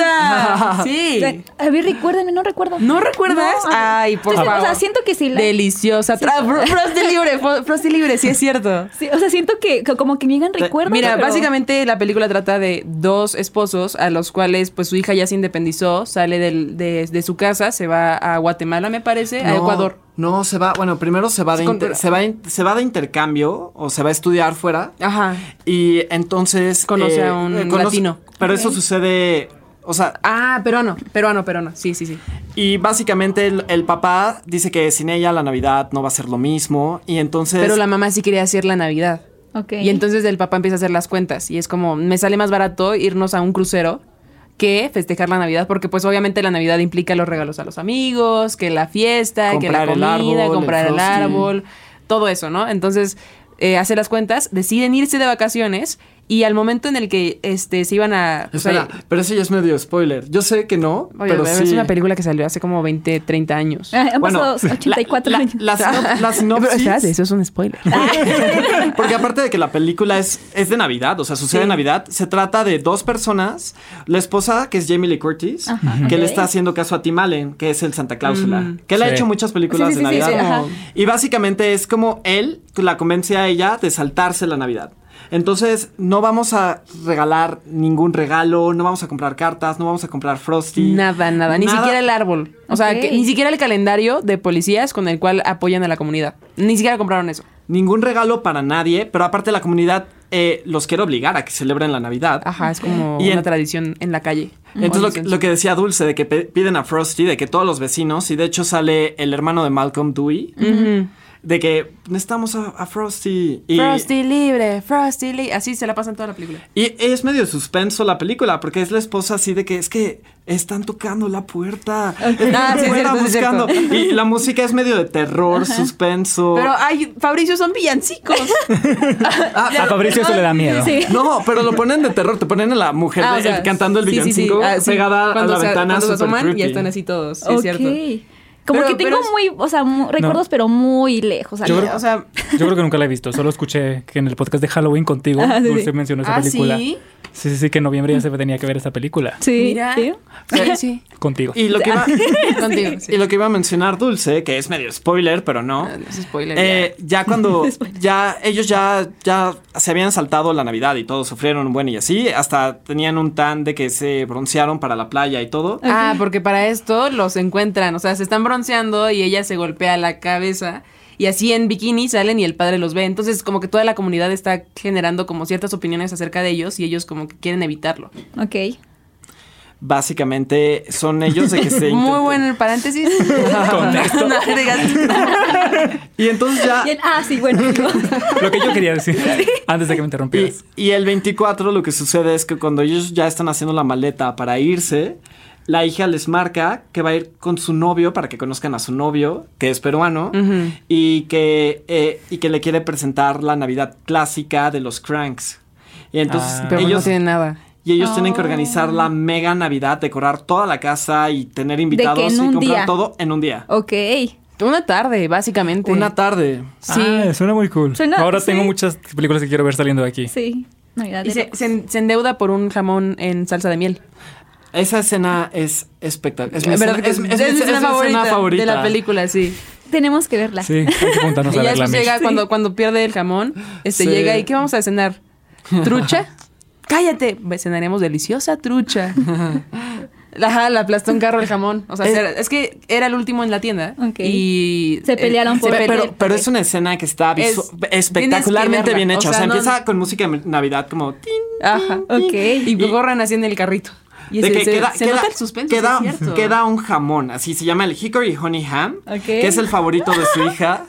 Speaker 3: favorita! Sí.
Speaker 5: a ver, recuérdame, no recuerdo.
Speaker 3: ¿No recuerdas?
Speaker 5: No, ah,
Speaker 3: Ay, por
Speaker 5: entonces,
Speaker 3: favor.
Speaker 5: O sea, siento que sí. la-
Speaker 3: Deliciosa. Tra- Fro- Frosty libre, fro- Frosty libre, sí es cierto.
Speaker 5: sí, o sea, siento que que como que niegan recuerdos.
Speaker 3: Eh, Mira,
Speaker 5: pero-
Speaker 3: básicamente la película trata de dos esposos a los cuales pues su hija ya se independizó, sale del- de, de su casa, se va a Guatemala, me parece, a
Speaker 6: No,
Speaker 3: Ecuador.
Speaker 6: No, se va, bueno, primero se va, de
Speaker 3: Con-
Speaker 6: inter- se, va in- se va de intercambio o se va a estudiar fuera.
Speaker 3: Ajá.
Speaker 6: Y entonces...
Speaker 3: Ah.
Speaker 6: eh,
Speaker 3: Conoce a un latino.
Speaker 6: Pero eso sucede, o sea,
Speaker 3: Ah, peruano, peruano, peruano. Sí, sí, sí.
Speaker 6: Y básicamente el, el papá dice que sin ella la Navidad no va a ser lo mismo. Y entonces.
Speaker 3: Pero la mamá sí quería hacer la Navidad.
Speaker 5: Ok.
Speaker 3: Y entonces el papá empieza a hacer las cuentas y es como, me sale más barato irnos a un crucero que festejar la Navidad, porque pues obviamente la Navidad implica los regalos a los amigos, que la fiesta, que la
Speaker 6: Comprar el
Speaker 3: comida,
Speaker 6: árbol, el
Speaker 3: comprar el,
Speaker 6: frosting.
Speaker 3: árbol, todo eso, ¿no? Entonces eh, hace las cuentas, deciden irse de vacaciones y al momento en el que este, se iban a... o sea,
Speaker 6: Espera, pero eso ya es medio spoiler. Yo sé que no,
Speaker 3: oye,
Speaker 6: pero
Speaker 3: es
Speaker 6: sí.
Speaker 3: una película que salió hace como 20, 30 años.
Speaker 5: Ah, Han
Speaker 6: Bueno,
Speaker 5: pasado 84
Speaker 6: la- la-
Speaker 5: años.
Speaker 6: La, sino- la
Speaker 3: No, pero
Speaker 6: sinopsis.
Speaker 3: espérate, eso es un spoiler.
Speaker 6: Porque aparte de que la película es, es de Navidad, o sea, sucede en Navidad, se trata de dos personas. La esposa, que es Jamie Lee Curtis,
Speaker 5: Ajá,
Speaker 6: que le
Speaker 5: ok. Mm.
Speaker 6: está haciendo caso a Tim Allen, que es el Santa Clausula, que él ha
Speaker 7: Sí.
Speaker 6: hecho muchas películas
Speaker 5: Sí, sí,
Speaker 6: de
Speaker 5: sí, sí,
Speaker 6: Navidad.
Speaker 5: ajá.
Speaker 6: y básicamente es como él la convence a ella de saltarse la Navidad. Entonces, no vamos a regalar ningún regalo, no vamos a comprar cartas, no vamos a comprar Frosty.
Speaker 3: Nada, nada, ni siquiera el árbol. O sea,
Speaker 5: Ok.
Speaker 3: que, ni siquiera el calendario de policías con el cual apoyan a la comunidad. Ni siquiera compraron eso.
Speaker 6: Ningún regalo para nadie, pero aparte la comunidad eh, los quiere obligar a que celebren la Navidad.
Speaker 3: Ajá, es como
Speaker 6: Y en-
Speaker 3: una tradición en la calle.
Speaker 6: Entonces, lo que,
Speaker 3: Bueno,
Speaker 6: lo que decía Dulce, de que pe- piden a Frosty, de que todos los vecinos, y de hecho sale el hermano de Malcolm Dewey, de que necesitamos a, a Frosty. Y,
Speaker 3: Frosty libre, Frosty libre. Así se la pasan toda la película.
Speaker 6: y es medio suspenso la película, porque es la esposa así de que es que están tocando la puerta. están
Speaker 3: Ah, sí, es
Speaker 6: afuera
Speaker 3: cierto, sí, es cierto.
Speaker 6: buscando. Y la música es medio de terror, suspenso.
Speaker 3: Pero, ay, Fabricio, son villancicos.
Speaker 6: Ah,
Speaker 7: A Fabricio eso le da miedo.
Speaker 5: Sí.
Speaker 6: No, pero lo ponen de terror, te ponen a la mujer
Speaker 3: Ah, o
Speaker 6: de-
Speaker 3: sea,
Speaker 6: el- cantando el
Speaker 3: sí, sí, sí.
Speaker 6: villancico
Speaker 3: Ah, sí.
Speaker 6: pegada a
Speaker 3: Cuando
Speaker 6: la
Speaker 3: se-
Speaker 6: ventana.
Speaker 3: Cuando se
Speaker 6: súper
Speaker 3: asoman y ya
Speaker 6: creepy.
Speaker 3: están así todos. Sí,
Speaker 5: Ok.
Speaker 3: es cierto.
Speaker 5: Como
Speaker 3: Pero-
Speaker 5: que tengo
Speaker 3: pero es-
Speaker 5: muy, o sea, mu- recuerdos, pero muy lejos.
Speaker 7: Yo
Speaker 5: al-
Speaker 7: creo-
Speaker 3: O sea,
Speaker 7: Yo creo que nunca la he visto. Solo escuché que en el podcast de Halloween contigo,
Speaker 5: Ah, sí, sí.
Speaker 7: Dulce mencionó esa
Speaker 3: Ah,
Speaker 7: película.
Speaker 3: ¿sí?
Speaker 7: sí, sí, sí, que en noviembre ya se tenía que ver esa película.
Speaker 5: sí.
Speaker 3: mira.
Speaker 5: sí.
Speaker 3: Sí, sí.
Speaker 7: Contigo.
Speaker 6: Y lo que iba-
Speaker 3: Contigo.
Speaker 6: Y
Speaker 3: Sí.
Speaker 6: lo que iba a mencionar Dulce, que es medio spoiler, pero no.
Speaker 3: Ah, es spoiler,
Speaker 6: Eh, ya cuando ya ellos ya, ya se habían saltado la Navidad y todo, sufrieron bueno y así, hasta tenían un tan de que se broncearon para la playa y todo.
Speaker 3: Ah, porque para esto los encuentran, o sea, se están bronceando y ella se golpea la cabeza y así en bikini salen y el padre los ve. Entonces, como que toda la comunidad está generando como ciertas opiniones acerca de ellos y ellos como que quieren evitarlo.
Speaker 5: Ok.
Speaker 6: Básicamente son ellos de que se
Speaker 3: Muy
Speaker 6: intentan-
Speaker 3: bueno el paréntesis. No agregas nada.
Speaker 6: Y entonces ya
Speaker 5: Y el- ah, sí, bueno. digo.
Speaker 7: Lo que yo quería decir antes de que
Speaker 6: Y,
Speaker 7: me interrumpieras.
Speaker 6: y el 24 lo que sucede es que cuando ellos ya están haciendo la maleta para irse, la hija les marca que va a ir con su novio para que conozcan a su novio, que es peruano, y, que, eh, y que le quiere presentar la Navidad clásica de los Cranks. Y entonces
Speaker 7: Ah.
Speaker 3: Pero no
Speaker 6: ellos,
Speaker 3: tienen nada.
Speaker 6: y ellos tienen
Speaker 3: Ah.
Speaker 6: que organizar la mega Navidad, decorar toda la casa y tener invitados y
Speaker 5: un
Speaker 6: comprar
Speaker 5: día.
Speaker 6: todo en un día.
Speaker 5: Ok.
Speaker 3: Una tarde, básicamente.
Speaker 6: Una tarde.
Speaker 3: Sí.
Speaker 7: Ah, suena muy cool.
Speaker 5: Suena-
Speaker 7: Ahora
Speaker 5: sí.
Speaker 7: tengo muchas películas que quiero ver saliendo de aquí.
Speaker 5: Sí. Navidad
Speaker 3: Y
Speaker 5: de
Speaker 3: se,
Speaker 5: locos.
Speaker 3: se en- se endeuda por un jamón en salsa de miel.
Speaker 6: Esa escena es espectacular. Es mi
Speaker 3: Pero-
Speaker 6: escena- es- es mi- es mi
Speaker 3: mi
Speaker 6: escena favorita.
Speaker 3: de la película, sí.
Speaker 5: Tenemos que verla.
Speaker 7: Sí, hay que juntarnos a
Speaker 3: y ya
Speaker 7: ver la
Speaker 3: después
Speaker 7: Mish.
Speaker 3: llega cuando, cuando pierde el jamón, este
Speaker 6: Sí.
Speaker 3: llega y ¿qué vamos a cenar? ¿Trucha? Cállate, Pues, cenaremos deliciosa trucha. Ajá, la aplastó un carro el jamón. O sea,
Speaker 6: Es-
Speaker 3: era- es que era el último en la tienda.
Speaker 5: Ok.
Speaker 3: Y eh,
Speaker 5: Se pelearon por-
Speaker 3: pe-
Speaker 5: Pe-
Speaker 6: Pero, pero es una escena que está
Speaker 3: Es-
Speaker 6: visu-
Speaker 3: tienes que
Speaker 6: espectacularmente
Speaker 3: verla.
Speaker 6: bien hecha.
Speaker 3: O
Speaker 6: O
Speaker 3: sea,
Speaker 6: sea,
Speaker 3: no-
Speaker 6: empieza con música de Navidad como... tin,
Speaker 3: Ajá.
Speaker 5: Ok.
Speaker 3: Y, corren así en el carrito. Y
Speaker 6: de
Speaker 3: se,
Speaker 6: que
Speaker 3: se-
Speaker 6: queda,
Speaker 3: se
Speaker 6: queda-
Speaker 3: nota el suspenso,
Speaker 6: queda-
Speaker 3: sí es cierto.
Speaker 6: queda un jamón, así se llama el Hickory Honey Ham,
Speaker 5: Ok.
Speaker 6: que es el favorito de su hija.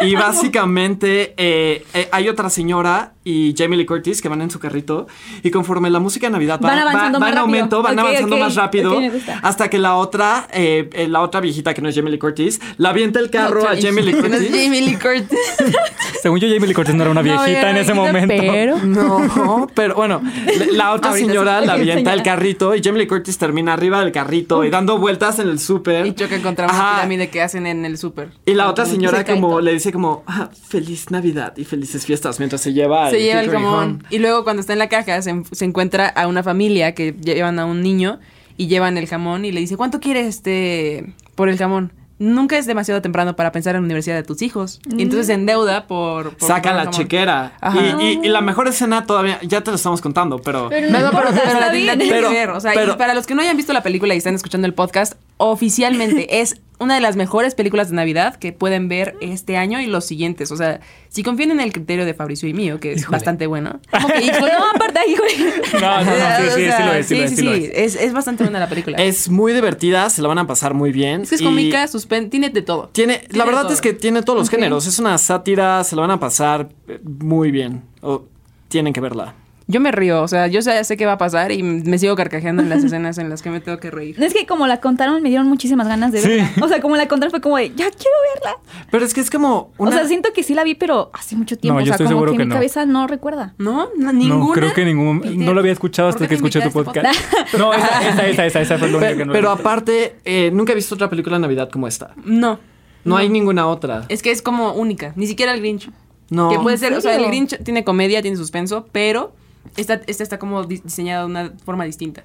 Speaker 6: Y básicamente eh, eh, hay otra señora y Jamie Lee Curtis que van en su carrito y conforme la música de Navidad va,
Speaker 5: Van
Speaker 6: va-
Speaker 5: avanzando
Speaker 6: va
Speaker 5: más
Speaker 6: en
Speaker 5: rápido.
Speaker 6: aumento, van
Speaker 5: Ok,
Speaker 6: avanzando
Speaker 5: ok,
Speaker 6: más rápido
Speaker 5: ok, me gusta.
Speaker 6: hasta que la otra eh, eh, la otra viejita que no es Jamie Lee Curtis la avienta el carro
Speaker 5: otra
Speaker 6: a Jamie Lee
Speaker 3: No es
Speaker 6: Curtis.
Speaker 3: Jamie Lee Curtis.
Speaker 7: Según yo, Jamie Lee Curtis no era una
Speaker 3: No,
Speaker 7: viejita
Speaker 3: era
Speaker 7: en ese
Speaker 3: viejita,
Speaker 7: momento.
Speaker 3: Pero.
Speaker 6: No, pero bueno, la- la otra
Speaker 3: Ahorita
Speaker 6: señora
Speaker 5: sí.
Speaker 6: la avienta
Speaker 5: Señora.
Speaker 6: el carrito y Jamie Lee Curtis termina arriba del carrito y dando vueltas en el súper.
Speaker 3: Y choca contra una
Speaker 6: Ajá.
Speaker 3: pirámide que hacen en el súper.
Speaker 6: Y la otra señora
Speaker 5: Se cae
Speaker 6: como
Speaker 5: todo.
Speaker 6: le dice como, ah, feliz Navidad y felices fiestas mientras se lleva
Speaker 3: Se lleva el
Speaker 6: Hickory
Speaker 3: jamón.
Speaker 6: Ah, Home.
Speaker 3: Y luego cuando está en la caja se, en- se encuentra a una familia que llevan a un niño y llevan el jamón y le dice, ¿cuánto quieres este, por el jamón? Nunca es demasiado temprano para pensar en la universidad de tus hijos.
Speaker 5: Mm.
Speaker 3: Y entonces se endeuda por... por
Speaker 6: Saca
Speaker 3: comprar
Speaker 6: la
Speaker 3: jamón.
Speaker 6: chequera.
Speaker 3: Ajá.
Speaker 6: Y, y- y la mejor escena todavía, ya te lo estamos contando, pero...
Speaker 3: No, no, pero, pero la
Speaker 5: está
Speaker 3: tienen
Speaker 5: bien.
Speaker 3: que
Speaker 6: Pero-
Speaker 3: ver. O sea, y
Speaker 6: pero-
Speaker 3: para los que no hayan visto la película y están escuchando el podcast, oficialmente es una de las mejores películas de Navidad que pueden ver este año y los siguientes. O sea, si confían en el criterio de Fabricio y mío, que es bastante bueno.
Speaker 5: Como que, híjole, no, aparte, híjole.
Speaker 7: No, no, no, sí,
Speaker 3: O
Speaker 7: sí,
Speaker 3: sea,
Speaker 7: sí lo es, sí, lo es, sí lo es.
Speaker 3: es. es bastante buena la película. Es,
Speaker 6: Es muy divertida, se la van a pasar muy bien.
Speaker 3: que es
Speaker 6: y
Speaker 3: cómica, suspense, tiene de todo.
Speaker 6: Tiene, la
Speaker 3: Tiene
Speaker 6: verdad
Speaker 3: todo.
Speaker 6: es que tiene todos los géneros. Es una sátira, se la van a pasar eh, muy bien. O tienen que verla.
Speaker 3: Yo me río, o sea, yo sé, sé qué va a pasar y me sigo carcajeando en las escenas en las que me tengo que reír.
Speaker 5: No es que como la contaron, me dieron muchísimas ganas de
Speaker 7: Sí.
Speaker 5: verla. O sea, como la contaron fue como de, ya quiero verla.
Speaker 6: Pero es que es como una...
Speaker 5: O sea, siento que sí la vi, pero hace mucho tiempo.
Speaker 7: No, yo
Speaker 5: o sea,
Speaker 7: estoy
Speaker 5: como
Speaker 7: seguro
Speaker 5: que,
Speaker 7: que
Speaker 5: mi
Speaker 7: no.
Speaker 5: cabeza no recuerda.
Speaker 3: No, no, ninguna.
Speaker 7: No, creo que ningún. No lo había escuchado
Speaker 3: ¿Por
Speaker 7: hasta
Speaker 3: qué este
Speaker 7: que
Speaker 3: me
Speaker 7: escuché tu
Speaker 3: invitaste
Speaker 7: podcast. No, esa, esa, esa, esa, esa fue lo
Speaker 6: Pe-
Speaker 7: único que
Speaker 6: pero,
Speaker 7: no.
Speaker 6: aparte, eh, nunca he visto otra película de Navidad como esta.
Speaker 3: No.
Speaker 6: No, hay ninguna otra.
Speaker 3: Es que es como única, ni siquiera el Grinch.
Speaker 6: No.
Speaker 3: Que puede ser, o sea, el
Speaker 5: serio?
Speaker 3: Grinch tiene comedia, tiene suspenso, pero esta, esta está como di- diseñada de una forma distinta.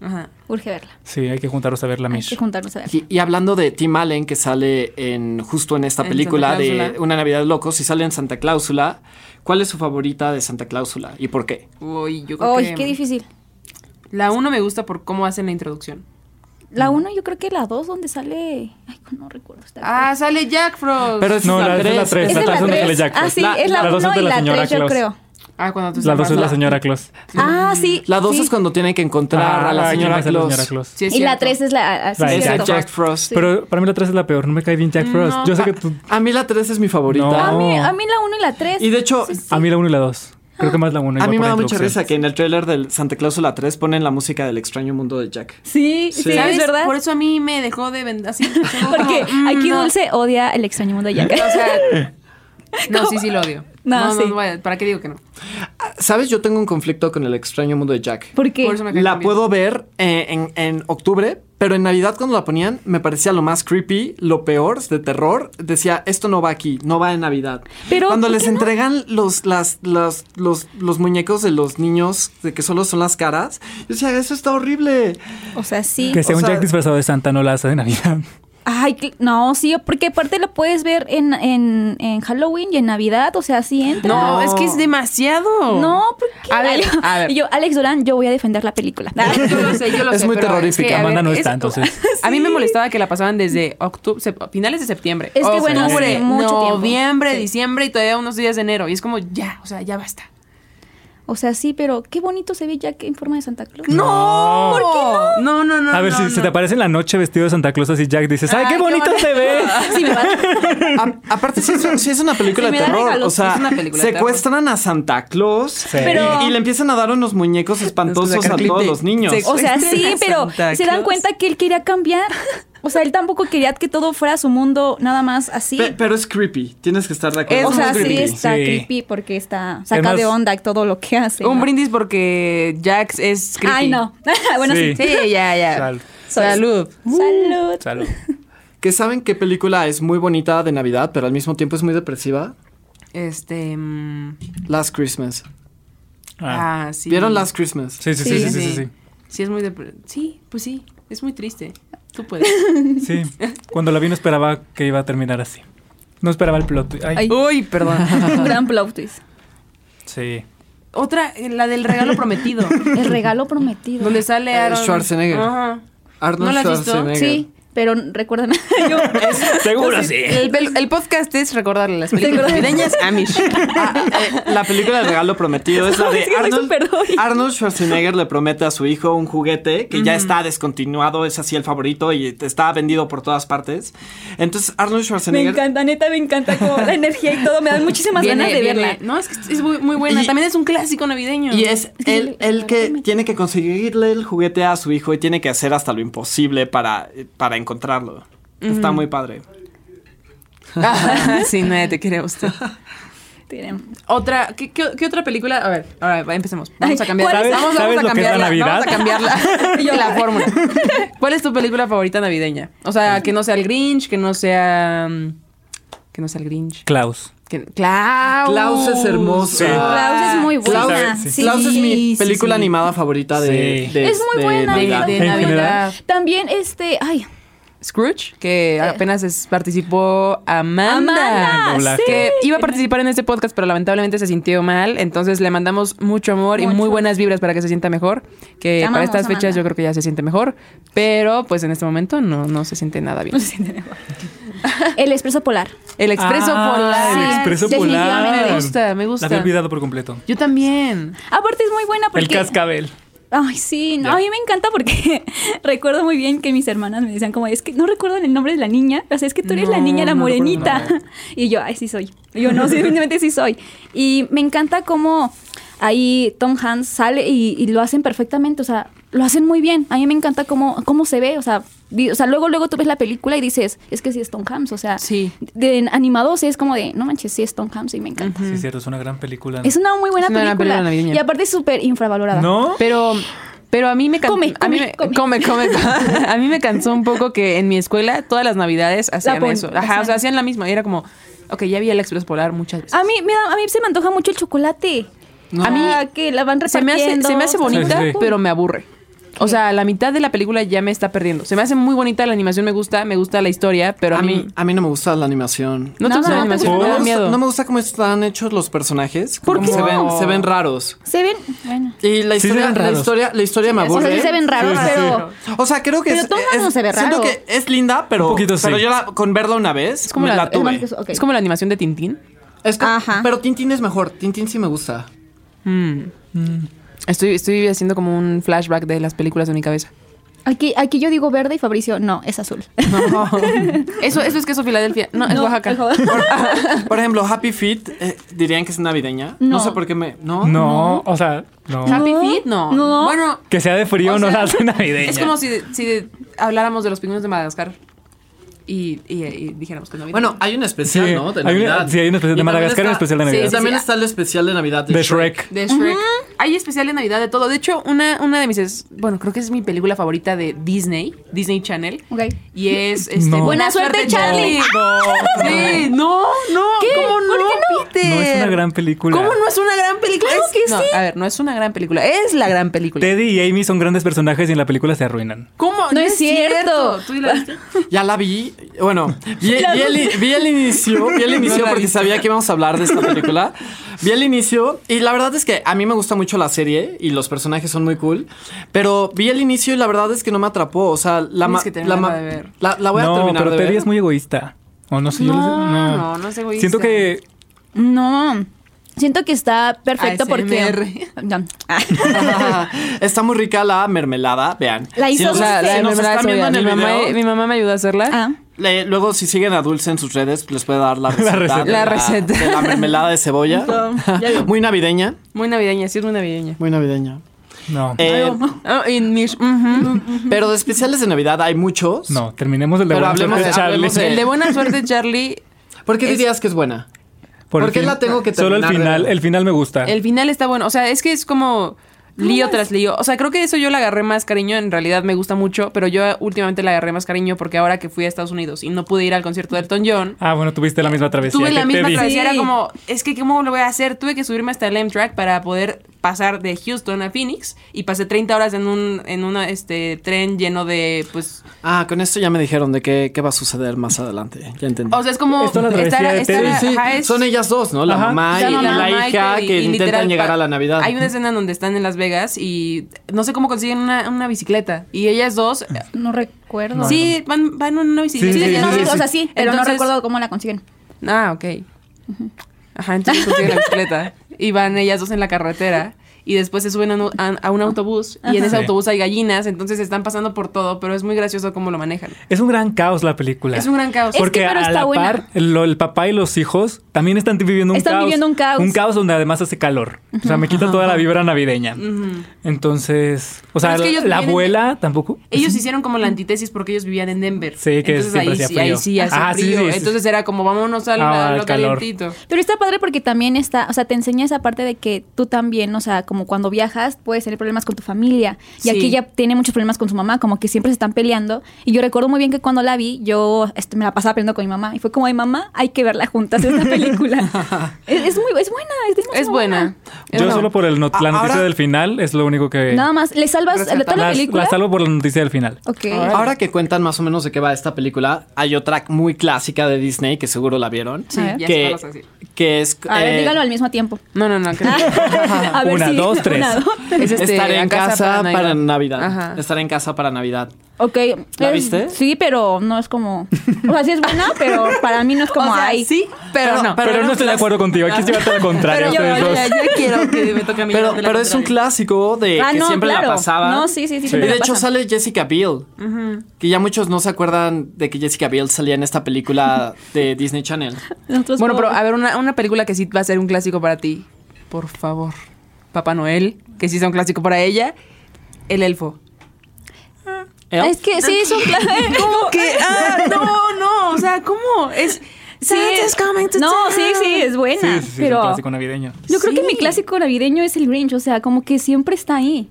Speaker 3: Ajá.
Speaker 5: Urge verla.
Speaker 7: Sí, hay que juntarnos a ver la
Speaker 5: Hay
Speaker 7: Mish.
Speaker 5: que juntarnos a verla.
Speaker 6: Y, y hablando de Tim Allen, que sale en justo en esta
Speaker 3: En
Speaker 6: película
Speaker 3: Santa
Speaker 6: de
Speaker 3: Cláusula.
Speaker 6: Una Navidad de Locos y sale en Santa Cláusula, ¿cuál es su favorita de Santa Cláusula y por qué?
Speaker 3: Uy, yo creo
Speaker 5: Ay,
Speaker 3: que-
Speaker 5: qué difícil.
Speaker 3: La uno me gusta por cómo hacen la introducción.
Speaker 5: La
Speaker 7: Mm.
Speaker 5: uno, yo creo que la dos, donde sale. Ay, no recuerdo. Está
Speaker 3: Ah, sale Jack Frost.
Speaker 6: Pero es
Speaker 7: No, la-
Speaker 6: la
Speaker 7: esa es la
Speaker 6: 3.
Speaker 7: tres,
Speaker 5: Esa es la
Speaker 7: donde sale
Speaker 5: tres.
Speaker 7: Jack
Speaker 5: Ah,
Speaker 7: Frost.
Speaker 5: sí,
Speaker 6: La-
Speaker 5: es
Speaker 7: la
Speaker 5: la
Speaker 7: dos es
Speaker 5: 1
Speaker 7: de
Speaker 5: y
Speaker 7: la
Speaker 5: la
Speaker 7: señora
Speaker 5: 3, yo
Speaker 7: Claus.
Speaker 5: creo.
Speaker 3: ah, cuando tú
Speaker 7: La dos es la
Speaker 3: separas
Speaker 7: señora Claus.
Speaker 5: Ah, sí.
Speaker 6: La 2
Speaker 5: sí.
Speaker 6: es cuando tienen que encontrar
Speaker 7: Ah,
Speaker 6: a la
Speaker 7: ¿quién
Speaker 6: señora
Speaker 7: es la
Speaker 6: Claus.
Speaker 7: señora Claus?
Speaker 3: Sí, es
Speaker 5: Y la
Speaker 3: cierto.
Speaker 5: 3 es la. ah, sí,
Speaker 7: La de
Speaker 5: es
Speaker 6: Esa
Speaker 5: cierto.
Speaker 6: Jack Frost.
Speaker 7: Pero para mí la 3 es la peor. No me cae bien Jack Frost. Yo sé que tú.
Speaker 6: A mí la 3 es mi favorita.
Speaker 7: No.
Speaker 5: A mí, a mí la 1 y la 3.
Speaker 6: Y de hecho,
Speaker 7: A mí la 1 y la 2. Creo que más la 1.
Speaker 6: a mí me da mucha risa que en el tráiler del Santa Cláusula 3 ponen la música del extraño mundo de Jack.
Speaker 5: Sí, sí,
Speaker 6: ¿Sabes?
Speaker 5: es verdad.
Speaker 3: Por eso a mí me dejó de vender así.
Speaker 5: Porque
Speaker 3: Mm,
Speaker 5: aquí Dulce odia el extraño mundo de Jack.
Speaker 3: O sea, no, sí, sí lo odio.
Speaker 5: No,
Speaker 3: No, no,
Speaker 5: sí.
Speaker 3: no, ¿para qué digo que no?
Speaker 6: Ah, ¿Sabes? Yo tengo un conflicto con el extraño mundo de Jack.
Speaker 5: Porque
Speaker 3: Por eso me cae
Speaker 6: La
Speaker 3: también.
Speaker 6: puedo ver eh, en, en octubre, pero en Navidad cuando la ponían me parecía lo más creepy, lo peor, de terror. Decía, esto no va aquí, no va en Navidad.
Speaker 5: Pero,
Speaker 6: cuando
Speaker 5: ¿por
Speaker 6: les
Speaker 5: qué no?
Speaker 6: entregan los, las, las- los, los muñecos de los niños, de que solo son las caras, yo decía, eso está horrible.
Speaker 5: O sea, sí.
Speaker 7: Que sea
Speaker 6: O
Speaker 7: un
Speaker 6: sea-
Speaker 7: Jack disfrazado de Santa no la hace de Navidad.
Speaker 5: Ay, cl- no, sí, porque aparte lo puedes ver en, en, en Halloween y en Navidad, o sea, sí entra.
Speaker 3: No,
Speaker 6: No.
Speaker 3: es que es demasiado.
Speaker 5: No, porque
Speaker 3: A ver, a ver.
Speaker 5: yo, Alex Durán, yo voy a defender la película.
Speaker 3: Yo lo sé, yo lo
Speaker 6: Es
Speaker 3: sé,
Speaker 6: muy
Speaker 3: pero
Speaker 6: terrorífica,
Speaker 3: que, a
Speaker 7: Amanda
Speaker 3: ver,
Speaker 7: no está, entonces.
Speaker 3: A mí me molestaba que la pasaban desde octubre, finales de septiembre.
Speaker 5: Es que, bueno,
Speaker 3: octubre,
Speaker 5: sí, mucho tiempo.
Speaker 3: noviembre,
Speaker 5: Sí.
Speaker 3: diciembre y todavía unos días de enero. Y es como, ya, o sea, ya basta.
Speaker 5: O sea, sí, pero qué bonito se ve Jack en forma de Santa Claus.
Speaker 7: No.
Speaker 3: ¿Por qué no? No, no, no.
Speaker 7: a ver, si
Speaker 3: no,
Speaker 7: se te
Speaker 3: no.
Speaker 7: aparece en la noche vestido de Santa Claus así, Jack dices, ¡ay,
Speaker 3: Ay,
Speaker 7: qué
Speaker 3: qué
Speaker 7: bonito
Speaker 3: bonito".
Speaker 7: se ve!
Speaker 5: Sí, me va.
Speaker 6: A- aparte, sí es, un- sí es una película
Speaker 3: Sí, me
Speaker 6: de
Speaker 3: da
Speaker 6: terror.
Speaker 3: regalos,
Speaker 6: o sea,
Speaker 3: es una película de
Speaker 6: secuestran a Santa Claus
Speaker 5: Pero-
Speaker 6: y, y le empiezan a dar unos muñecos espantosos a
Speaker 3: sacar clip
Speaker 6: todos
Speaker 3: de-
Speaker 6: los niños.
Speaker 3: se-
Speaker 5: O sea, sí,
Speaker 3: Este Santa
Speaker 5: pero se dan
Speaker 3: Claus.
Speaker 5: cuenta que él quería cambiar. O sea, él tampoco quería que todo fuera su mundo nada más así.
Speaker 6: Pe- pero es creepy, tienes que estar de acuerdo.
Speaker 3: Es
Speaker 5: o sea,
Speaker 3: muy
Speaker 5: sí
Speaker 3: creepy.
Speaker 5: está
Speaker 7: Sí.
Speaker 5: creepy porque está saca
Speaker 7: Además-
Speaker 5: de onda todo lo que hace.
Speaker 3: Un
Speaker 5: ¿no?
Speaker 3: brindis porque Jax es creepy.
Speaker 5: Ay, no. bueno, sí.
Speaker 7: Sí.
Speaker 3: Ah, Sí, ya, ya.
Speaker 7: Sal-
Speaker 3: Salud.
Speaker 5: Salud.
Speaker 7: Salud.
Speaker 6: Que saben qué película es muy bonita de Navidad, pero al mismo tiempo es muy depresiva.
Speaker 3: Este. mm,
Speaker 6: Last Christmas.
Speaker 7: Ah.
Speaker 3: ah, sí.
Speaker 6: ¿Vieron Last Christmas?
Speaker 7: Sí, sí, sí, sí, sí, sí,
Speaker 3: Sí, es muy. depre- Sí, pues sí. Es muy triste. Tú puedes.
Speaker 7: sí. Sí. Cuando la vi no esperaba que iba a terminar así. No esperaba el plot. twi- Ay.
Speaker 5: Ay.
Speaker 3: Uy, perdón.
Speaker 5: Un gran plot twist.
Speaker 7: Sí.
Speaker 3: Otra, eh, la del regalo prometido.
Speaker 5: El regalo prometido.
Speaker 3: Donde sale
Speaker 6: Eh,
Speaker 3: Aaron
Speaker 6: Schwarzenegger.
Speaker 3: Ajá.
Speaker 6: Arnold
Speaker 3: ¿No la has visto?
Speaker 6: Schwarzenegger.
Speaker 5: Sí, pero recuérdame. Yo,
Speaker 1: Seguro sí.
Speaker 3: El, pel- el podcast es recordarle Ah, eh, las películas
Speaker 5: Sí, claro.
Speaker 3: navideñas a Mish.
Speaker 6: La película del regalo prometido es la de
Speaker 5: Es que soy
Speaker 6: Arnold,
Speaker 5: superdoy.
Speaker 6: Arnold Schwarzenegger le promete a su hijo un juguete que ya está descontinuado, es así el favorito y está vendido por todas partes. Entonces Arnold
Speaker 5: me
Speaker 6: Schwarzenegger
Speaker 5: encanta, neta, me encanta como la energía y todo. Me dan muchísimas
Speaker 3: Viene-
Speaker 5: ganas de
Speaker 3: viene-
Speaker 5: verla.
Speaker 3: No, es que es muy, muy buena.
Speaker 6: Y-
Speaker 3: También es un clásico navideño.
Speaker 6: y es él el que tiene que conseguirle el juguete a su hijo y tiene que hacer hasta lo imposible para, para encontrarlo. Está
Speaker 5: Mm.
Speaker 6: muy padre.
Speaker 3: Ah, sí, nadie te quiere usted.
Speaker 5: Tienen-
Speaker 3: Otra, ¿qué, qué, qué otra película? A ver, ahora va, empecemos. Vamos a
Speaker 5: Ay,
Speaker 3: cambiar.
Speaker 5: ¿cuál es-
Speaker 3: vamos, vamos
Speaker 7: ¿Sabes
Speaker 3: a
Speaker 7: lo que es la
Speaker 3: cambiarla. Vamos a cambiarla.
Speaker 5: Y yo-
Speaker 3: la fórmula. ¿Cuál es tu película favorita navideña? O sea, que no sea el Grinch, que no sea. mm, Que no sea el Grinch.
Speaker 7: Klaus.
Speaker 3: Que- Klaus.
Speaker 6: Klaus es hermoso. Sí.
Speaker 5: Klaus es muy buena.
Speaker 7: sí, sí.
Speaker 5: Sí,
Speaker 6: Klaus es
Speaker 5: sí,
Speaker 6: mi película
Speaker 5: sí.
Speaker 6: animada favorita de,
Speaker 7: Sí.
Speaker 3: Este,
Speaker 6: de-
Speaker 5: Es muy
Speaker 6: de
Speaker 5: buena. ¿eh?
Speaker 6: Navidad.
Speaker 3: De, de
Speaker 7: En
Speaker 3: Navidad.
Speaker 7: general.
Speaker 5: También este, ay,
Speaker 3: Scrooge, que apenas es- participó
Speaker 5: Eh. Amanda,
Speaker 3: Amanda,
Speaker 7: Doblaje.
Speaker 3: que iba a participar en este podcast, pero lamentablemente se sintió mal. Entonces le mandamos mucho amor y
Speaker 5: Mucho.
Speaker 3: muy buenas vibras para que se sienta mejor. Que
Speaker 5: Te
Speaker 3: para
Speaker 5: amamos,
Speaker 3: estas
Speaker 5: Amanda.
Speaker 3: fechas yo creo que ya se siente mejor, pero pues en este momento no, no se siente nada bien.
Speaker 5: El Expreso Polar.
Speaker 3: El expreso
Speaker 7: Ah,
Speaker 3: polar.
Speaker 7: El expreso
Speaker 5: definitivamente.
Speaker 7: polar.
Speaker 3: Me gusta, me gusta.
Speaker 7: La había olvidado por completo.
Speaker 3: Yo también.
Speaker 5: Aparte es muy buena porque
Speaker 7: El cascabel.
Speaker 5: Ay, sí, no, a mí me encanta porque recuerdo muy bien que mis hermanas me decían como, es que no recuerdan el nombre de la niña, o sea, es que tú eres la
Speaker 3: No,
Speaker 5: niña, la
Speaker 3: no recuerdo
Speaker 5: morenita. Y yo, ay, sí soy. Y yo, no, sí, definitivamente sí soy. Y me encanta cómo ahí Tom Hanks sale y, y lo hacen perfectamente, o sea, lo hacen muy bien. A mí me encanta cómo, cómo se ve, o sea, di- o sea, luego, luego tú ves la película y dices, es que sí es Tom Hanks, o sea,
Speaker 3: Sí.
Speaker 5: de, en animado sí es como de, no manches, sí es Tom Hanks y me encanta.
Speaker 7: Sí, es cierto, es una gran película. ¿no?
Speaker 5: Es una muy buena
Speaker 3: Es una gran
Speaker 5: película.
Speaker 3: película navideña.
Speaker 5: y aparte es súper infravalorada.
Speaker 7: ¿No?
Speaker 3: Pero, pero a mí me can-
Speaker 5: Come,
Speaker 3: a mí
Speaker 5: come,
Speaker 3: me-
Speaker 5: come.
Speaker 3: come, come, come. a mí me cansó un poco que en mi escuela todas las navidades hacían
Speaker 5: pon-
Speaker 3: eso. Ajá, o sea, hacían la misma. Y era como, ok, ya vi el Express Polar muchas veces.
Speaker 5: A mí, me da- a mí se me antoja mucho el chocolate.
Speaker 3: A mí
Speaker 5: Ah, que la van
Speaker 3: se me hace,
Speaker 5: repartiendo.
Speaker 3: se me hace bonita,
Speaker 7: Sí, sí.
Speaker 3: pero me aburre. O sea, la mitad de la película ya me está perdiendo. Se me hace muy bonita la animación, me gusta, me gusta la historia, pero
Speaker 6: a, mí, a mí no me gusta la animación.
Speaker 3: no te
Speaker 5: Nada,
Speaker 3: gusta la
Speaker 5: no te
Speaker 3: animación,
Speaker 7: gusta.
Speaker 3: me da
Speaker 6: me gusta,
Speaker 3: miedo.
Speaker 6: no me gusta cómo están hechos los personajes.
Speaker 5: ¿Por
Speaker 6: cómo
Speaker 5: qué
Speaker 6: se
Speaker 5: no?
Speaker 6: ven, se ven raros.
Speaker 5: Se ven, bueno.
Speaker 6: Y la
Speaker 7: Sí se
Speaker 6: historia,
Speaker 7: ven
Speaker 6: la
Speaker 7: raros.
Speaker 6: historia, la historia me
Speaker 5: O
Speaker 6: aburre.
Speaker 5: sea, sí se ven raros,
Speaker 7: Sí, sí,
Speaker 5: pero.
Speaker 6: O sea, creo que
Speaker 5: Pero
Speaker 6: es,
Speaker 5: Tom Hands
Speaker 6: es-
Speaker 5: no se ve
Speaker 6: siento
Speaker 5: raro.
Speaker 6: que es linda, pero
Speaker 7: Un poquito
Speaker 6: pero
Speaker 7: sí.
Speaker 6: yo la- con verla una vez
Speaker 3: Es como
Speaker 6: me
Speaker 3: la-
Speaker 6: la,
Speaker 3: es
Speaker 6: tuve.
Speaker 5: más que eso. Ok.
Speaker 3: Es como la animación de Tintín.
Speaker 6: Es co-
Speaker 5: Ajá.
Speaker 6: pero Tintín es mejor, Tintín sí me gusta.
Speaker 3: Estoy, estoy haciendo como un flashback de las películas de mi cabeza.
Speaker 5: Aquí, aquí yo digo verde y Fabricio, no, es azul.
Speaker 3: Eso, eso es queso Filadelfia. No, es
Speaker 5: No,
Speaker 3: Oaxaca.
Speaker 5: es Oaxaca.
Speaker 6: Por, por ejemplo, Happy Feet eh, dirían que es navideña. No.
Speaker 5: No.
Speaker 6: sé por qué me no.
Speaker 7: No, o sea, no.
Speaker 3: Happy Feet, no.
Speaker 5: No.
Speaker 3: Bueno,
Speaker 7: Que sea de frío
Speaker 3: O
Speaker 7: no
Speaker 3: sea,
Speaker 7: la hace navideña.
Speaker 3: es como si, si habláramos de los pingüinos de Madagascar y, y- y dijéramos que no viene.
Speaker 6: Bueno, hay un
Speaker 7: Sí,
Speaker 6: especial, ¿no? De
Speaker 7: hay
Speaker 6: Navidad.
Speaker 7: una, sí, hay un especial
Speaker 6: Y
Speaker 7: de
Speaker 6: también
Speaker 7: Madagascar y un
Speaker 6: está-
Speaker 7: especial de
Speaker 3: sí,
Speaker 6: Y
Speaker 7: Navidad.
Speaker 6: también está el especial de Navidad de,
Speaker 7: de Shrek.
Speaker 3: de Shrek. Hay especial de Navidad de todo. De hecho, una, una de mis. es- bueno, creo que es mi película favorita de Disney, Disney Channel.
Speaker 5: Ok.
Speaker 3: Y es. Este,
Speaker 7: No.
Speaker 5: Buena suerte, Charlie.
Speaker 3: Sí, no, no. ¿Cómo no, Peter?
Speaker 7: No es una gran película.
Speaker 3: ¿Cómo no es una gran película?
Speaker 5: Claro
Speaker 3: Es-
Speaker 5: que
Speaker 3: no,
Speaker 5: sí.
Speaker 3: A ver, no es una gran película. Es la gran película.
Speaker 7: Teddy y Amy son grandes personajes y en la película se arruinan.
Speaker 3: ¿Cómo?
Speaker 5: No es cierto.
Speaker 3: ¿Tú la viste?
Speaker 6: Ya la vi. Bueno, vi, vi el, vi el inicio, vi el inicio porque sabía que íbamos a hablar de esta película. Vi el inicio y la verdad es que a mí me gusta mucho la serie y los personajes son muy cool, pero vi el inicio y la verdad es que no me atrapó. O sea, la, ma-
Speaker 3: Tienes que
Speaker 6: la, ma-
Speaker 3: terminarla de ver.
Speaker 6: la- la voy a
Speaker 7: No,
Speaker 6: terminar
Speaker 7: pero
Speaker 6: de
Speaker 7: Teddy
Speaker 6: ver.
Speaker 7: es muy egoísta. O no sé, yo
Speaker 3: No,
Speaker 7: les-
Speaker 3: no, no es egoísta.
Speaker 7: Siento que
Speaker 5: No. Siento que está perfecto porque.
Speaker 3: ASMR.
Speaker 5: No. Ah.
Speaker 6: Ah, Está muy rica la mermelada, vean.
Speaker 5: La hizo
Speaker 6: nos-
Speaker 5: Dulce.
Speaker 3: La, la
Speaker 5: Sí,
Speaker 3: de
Speaker 6: nos
Speaker 3: mermelada
Speaker 6: están
Speaker 3: de
Speaker 6: viendo
Speaker 3: soya.
Speaker 6: en
Speaker 3: Mi
Speaker 6: el
Speaker 3: mamá, eh,
Speaker 6: video,
Speaker 3: mi mamá me ayudó a hacerla.
Speaker 5: Ah.
Speaker 6: le- luego si siguen a Dulce en sus redes, les puede dar la receta,
Speaker 7: receta.
Speaker 6: de
Speaker 3: La receta.
Speaker 6: de la mermelada de cebolla.
Speaker 5: No, ya vi.
Speaker 6: muy navideña.
Speaker 3: Muy navideña, sí es muy navideña.
Speaker 6: Muy navideña.
Speaker 7: no.
Speaker 6: Eh,
Speaker 3: Ah, y Mish, ujú.
Speaker 6: pero de especiales de Navidad hay muchos.
Speaker 7: No, terminemos el de
Speaker 6: Pero
Speaker 7: Buena
Speaker 6: hablemos
Speaker 7: Suerte,
Speaker 6: de-
Speaker 7: Charlie.
Speaker 6: hablemos
Speaker 3: El de buena suerte, Charlie.
Speaker 6: ¿Por qué dirías que es buena? ¿por qué
Speaker 7: fin-
Speaker 6: la tengo que
Speaker 7: Solo el
Speaker 6: terminar de
Speaker 7: final,
Speaker 6: ver?
Speaker 7: el final me gusta.
Speaker 3: El final está bueno. O sea, es que es como lío tras lío. O sea, creo que eso yo le agarré más cariño. En realidad me gusta mucho, pero yo últimamente le agarré más cariño porque ahora que fui a Estados Unidos y no pude ir al concierto de Elton John.
Speaker 7: Ah, bueno, tuviste la misma travesía
Speaker 3: Tuve la
Speaker 7: que
Speaker 3: misma
Speaker 7: Teddy.
Speaker 3: travesía, era
Speaker 5: Sí.
Speaker 3: como, es que ¿cómo lo voy a hacer? Tuve que subirme hasta el M-Track para poder pasar de Houston a Phoenix y pasé 30 horas en un en una, este, tren lleno de, pues,
Speaker 6: Ah, con esto ya me dijeron de qué, qué va a suceder más adelante. Ya entendí.
Speaker 3: o sea, es como...
Speaker 7: Es una travesía de tenis.
Speaker 6: Sí,
Speaker 3: ajá, es-
Speaker 6: son ellas dos, ¿no? La
Speaker 7: Ajá.
Speaker 6: mamá y
Speaker 3: Ya
Speaker 6: la,
Speaker 3: no, mamá y
Speaker 6: hija
Speaker 3: te- y
Speaker 6: que intentan
Speaker 3: literal,
Speaker 6: llegar
Speaker 3: pa-
Speaker 6: a la Navidad.
Speaker 3: Hay una escena donde están en Las Vegas y no sé cómo consiguen una, una bicicleta. Y ellas dos, eh,
Speaker 5: No recuerdo.
Speaker 3: sí, van, van en una bicicleta.
Speaker 7: Sí,
Speaker 5: Sí,
Speaker 7: sí,
Speaker 5: no,
Speaker 7: sí,
Speaker 5: sí,
Speaker 7: sí.
Speaker 5: o sea, sí, pero no
Speaker 3: Entonces-
Speaker 5: recuerdo cómo la consiguen.
Speaker 3: Ah, ok. Ajá, entonces consiguen la bicicleta y van ellas dos en la carretera y después se suben a un, a- a un autobús y en ese
Speaker 7: Ajá.
Speaker 3: autobús hay gallinas, entonces están pasando por todo, pero es muy gracioso cómo lo manejan.
Speaker 7: Es un gran caos la película.
Speaker 3: Es un gran caos.
Speaker 5: Es
Speaker 7: Porque
Speaker 5: que, pero
Speaker 7: a
Speaker 5: está
Speaker 7: la
Speaker 5: buena.
Speaker 7: par, el, el papá y los hijos también están viviendo un
Speaker 5: Están
Speaker 7: caos.
Speaker 5: viviendo un caos.
Speaker 7: Un caos donde además hace calor. O sea, me quita toda la vibra navideña. Entonces, o sea,
Speaker 3: es que ellos
Speaker 7: la
Speaker 3: viven-
Speaker 7: abuela tampoco.
Speaker 3: Ellos hicieron como la antítesis porque ellos vivían en Denver.
Speaker 7: Sí, que
Speaker 3: entonces
Speaker 7: siempre
Speaker 3: ahí,
Speaker 7: hacía
Speaker 3: sí- ahí
Speaker 7: frío.
Speaker 3: sí hace
Speaker 7: Ah, sí,
Speaker 3: frío.
Speaker 7: sí, sí.
Speaker 3: entonces era como vámonos al,
Speaker 7: Ah,
Speaker 3: a
Speaker 7: al
Speaker 3: lo
Speaker 7: calor.
Speaker 3: calientito.
Speaker 5: Pero está padre porque también está, o sea, te enseña esa parte de que tú también, o sea, como cuando viajas puedes tener problemas con tu familia. Y
Speaker 3: Sí.
Speaker 5: aquí ella tiene muchos problemas con su mamá, como que siempre se están peleando. Y yo recuerdo muy bien que cuando la vi, yo este, me la pasaba peleando con mi mamá. Y fue como, ay, mamá, hay que verla juntas esta película. es, es muy es buena, es, demasiado
Speaker 3: Es buena. ¿Eh, Es
Speaker 7: Yo
Speaker 3: buena.
Speaker 7: solo por el not- la
Speaker 6: Ah,
Speaker 7: noticia
Speaker 6: ahora-
Speaker 7: del final es lo único que...
Speaker 5: Nada más, le salvas
Speaker 3: Rescata.
Speaker 5: la- toda la
Speaker 7: Las-
Speaker 5: película.
Speaker 7: la salvo por la noticia del final.
Speaker 5: Ok.
Speaker 6: Ahora que cuentan más o menos de qué va esta película, hay otra muy clásica de Disney que seguro la vieron.
Speaker 5: Sí,
Speaker 3: ya sé cuál
Speaker 6: que,
Speaker 3: vas a decir.
Speaker 6: que es
Speaker 5: A ver,
Speaker 6: eh,
Speaker 5: dígalo al mismo tiempo.
Speaker 3: No, no, no. que-
Speaker 5: A ver
Speaker 7: Una,
Speaker 5: si-
Speaker 7: dos, tres.
Speaker 5: dos.
Speaker 3: es este,
Speaker 6: estar en
Speaker 3: a
Speaker 6: casa, para, Navidad.
Speaker 3: Ajá.
Speaker 6: Estar en casa para Navidad.
Speaker 5: Ok.
Speaker 6: ¿La
Speaker 5: es-
Speaker 6: viste?
Speaker 5: Sí, pero no es como... O sea, sí es buena, pero para mí no es como...
Speaker 3: O sea,
Speaker 5: ay.
Speaker 3: sí, pero,
Speaker 6: Pero-
Speaker 3: no.
Speaker 7: Pero, no estoy de acuerdo contigo, aquí es llevarte la contraria.
Speaker 3: Pero yo,
Speaker 7: ustedes dos.
Speaker 3: ya, ya quiero que me toque a mí.
Speaker 6: Pero,
Speaker 3: llevarte la
Speaker 6: pero es un
Speaker 3: contraria.
Speaker 6: clásico de
Speaker 5: Ah,
Speaker 6: que
Speaker 5: no,
Speaker 6: siempre
Speaker 5: claro.
Speaker 6: la pasaba.
Speaker 5: No, sí, sí, sí,
Speaker 6: Y
Speaker 5: siempre
Speaker 6: de
Speaker 5: la
Speaker 6: hecho
Speaker 5: pasan.
Speaker 6: sale Jessica Biel. Que ya muchos no se acuerdan de que Jessica Biel salía en esta película de Disney Channel.
Speaker 5: Nosotros
Speaker 3: Bueno, pero
Speaker 5: como-
Speaker 3: a ver, una, una película que sí va a ser un clásico para ti. Por favor. Papá Noel, que sí sea un clásico para ella. El elfo.
Speaker 6: ¿Eh?
Speaker 5: Es que sí, es un
Speaker 3: ¿Cómo que? Ah, no, no. O sea, ¿cómo? Es.
Speaker 5: Sí.
Speaker 3: Santa's coming to
Speaker 5: No,
Speaker 3: town.
Speaker 5: sí, sí, es buena.
Speaker 7: Sí, sí, sí, es
Speaker 5: pero
Speaker 7: un clásico navideño.
Speaker 5: yo creo que
Speaker 3: Sí.
Speaker 5: mi clásico navideño es el Grinch, o sea, como que siempre está ahí.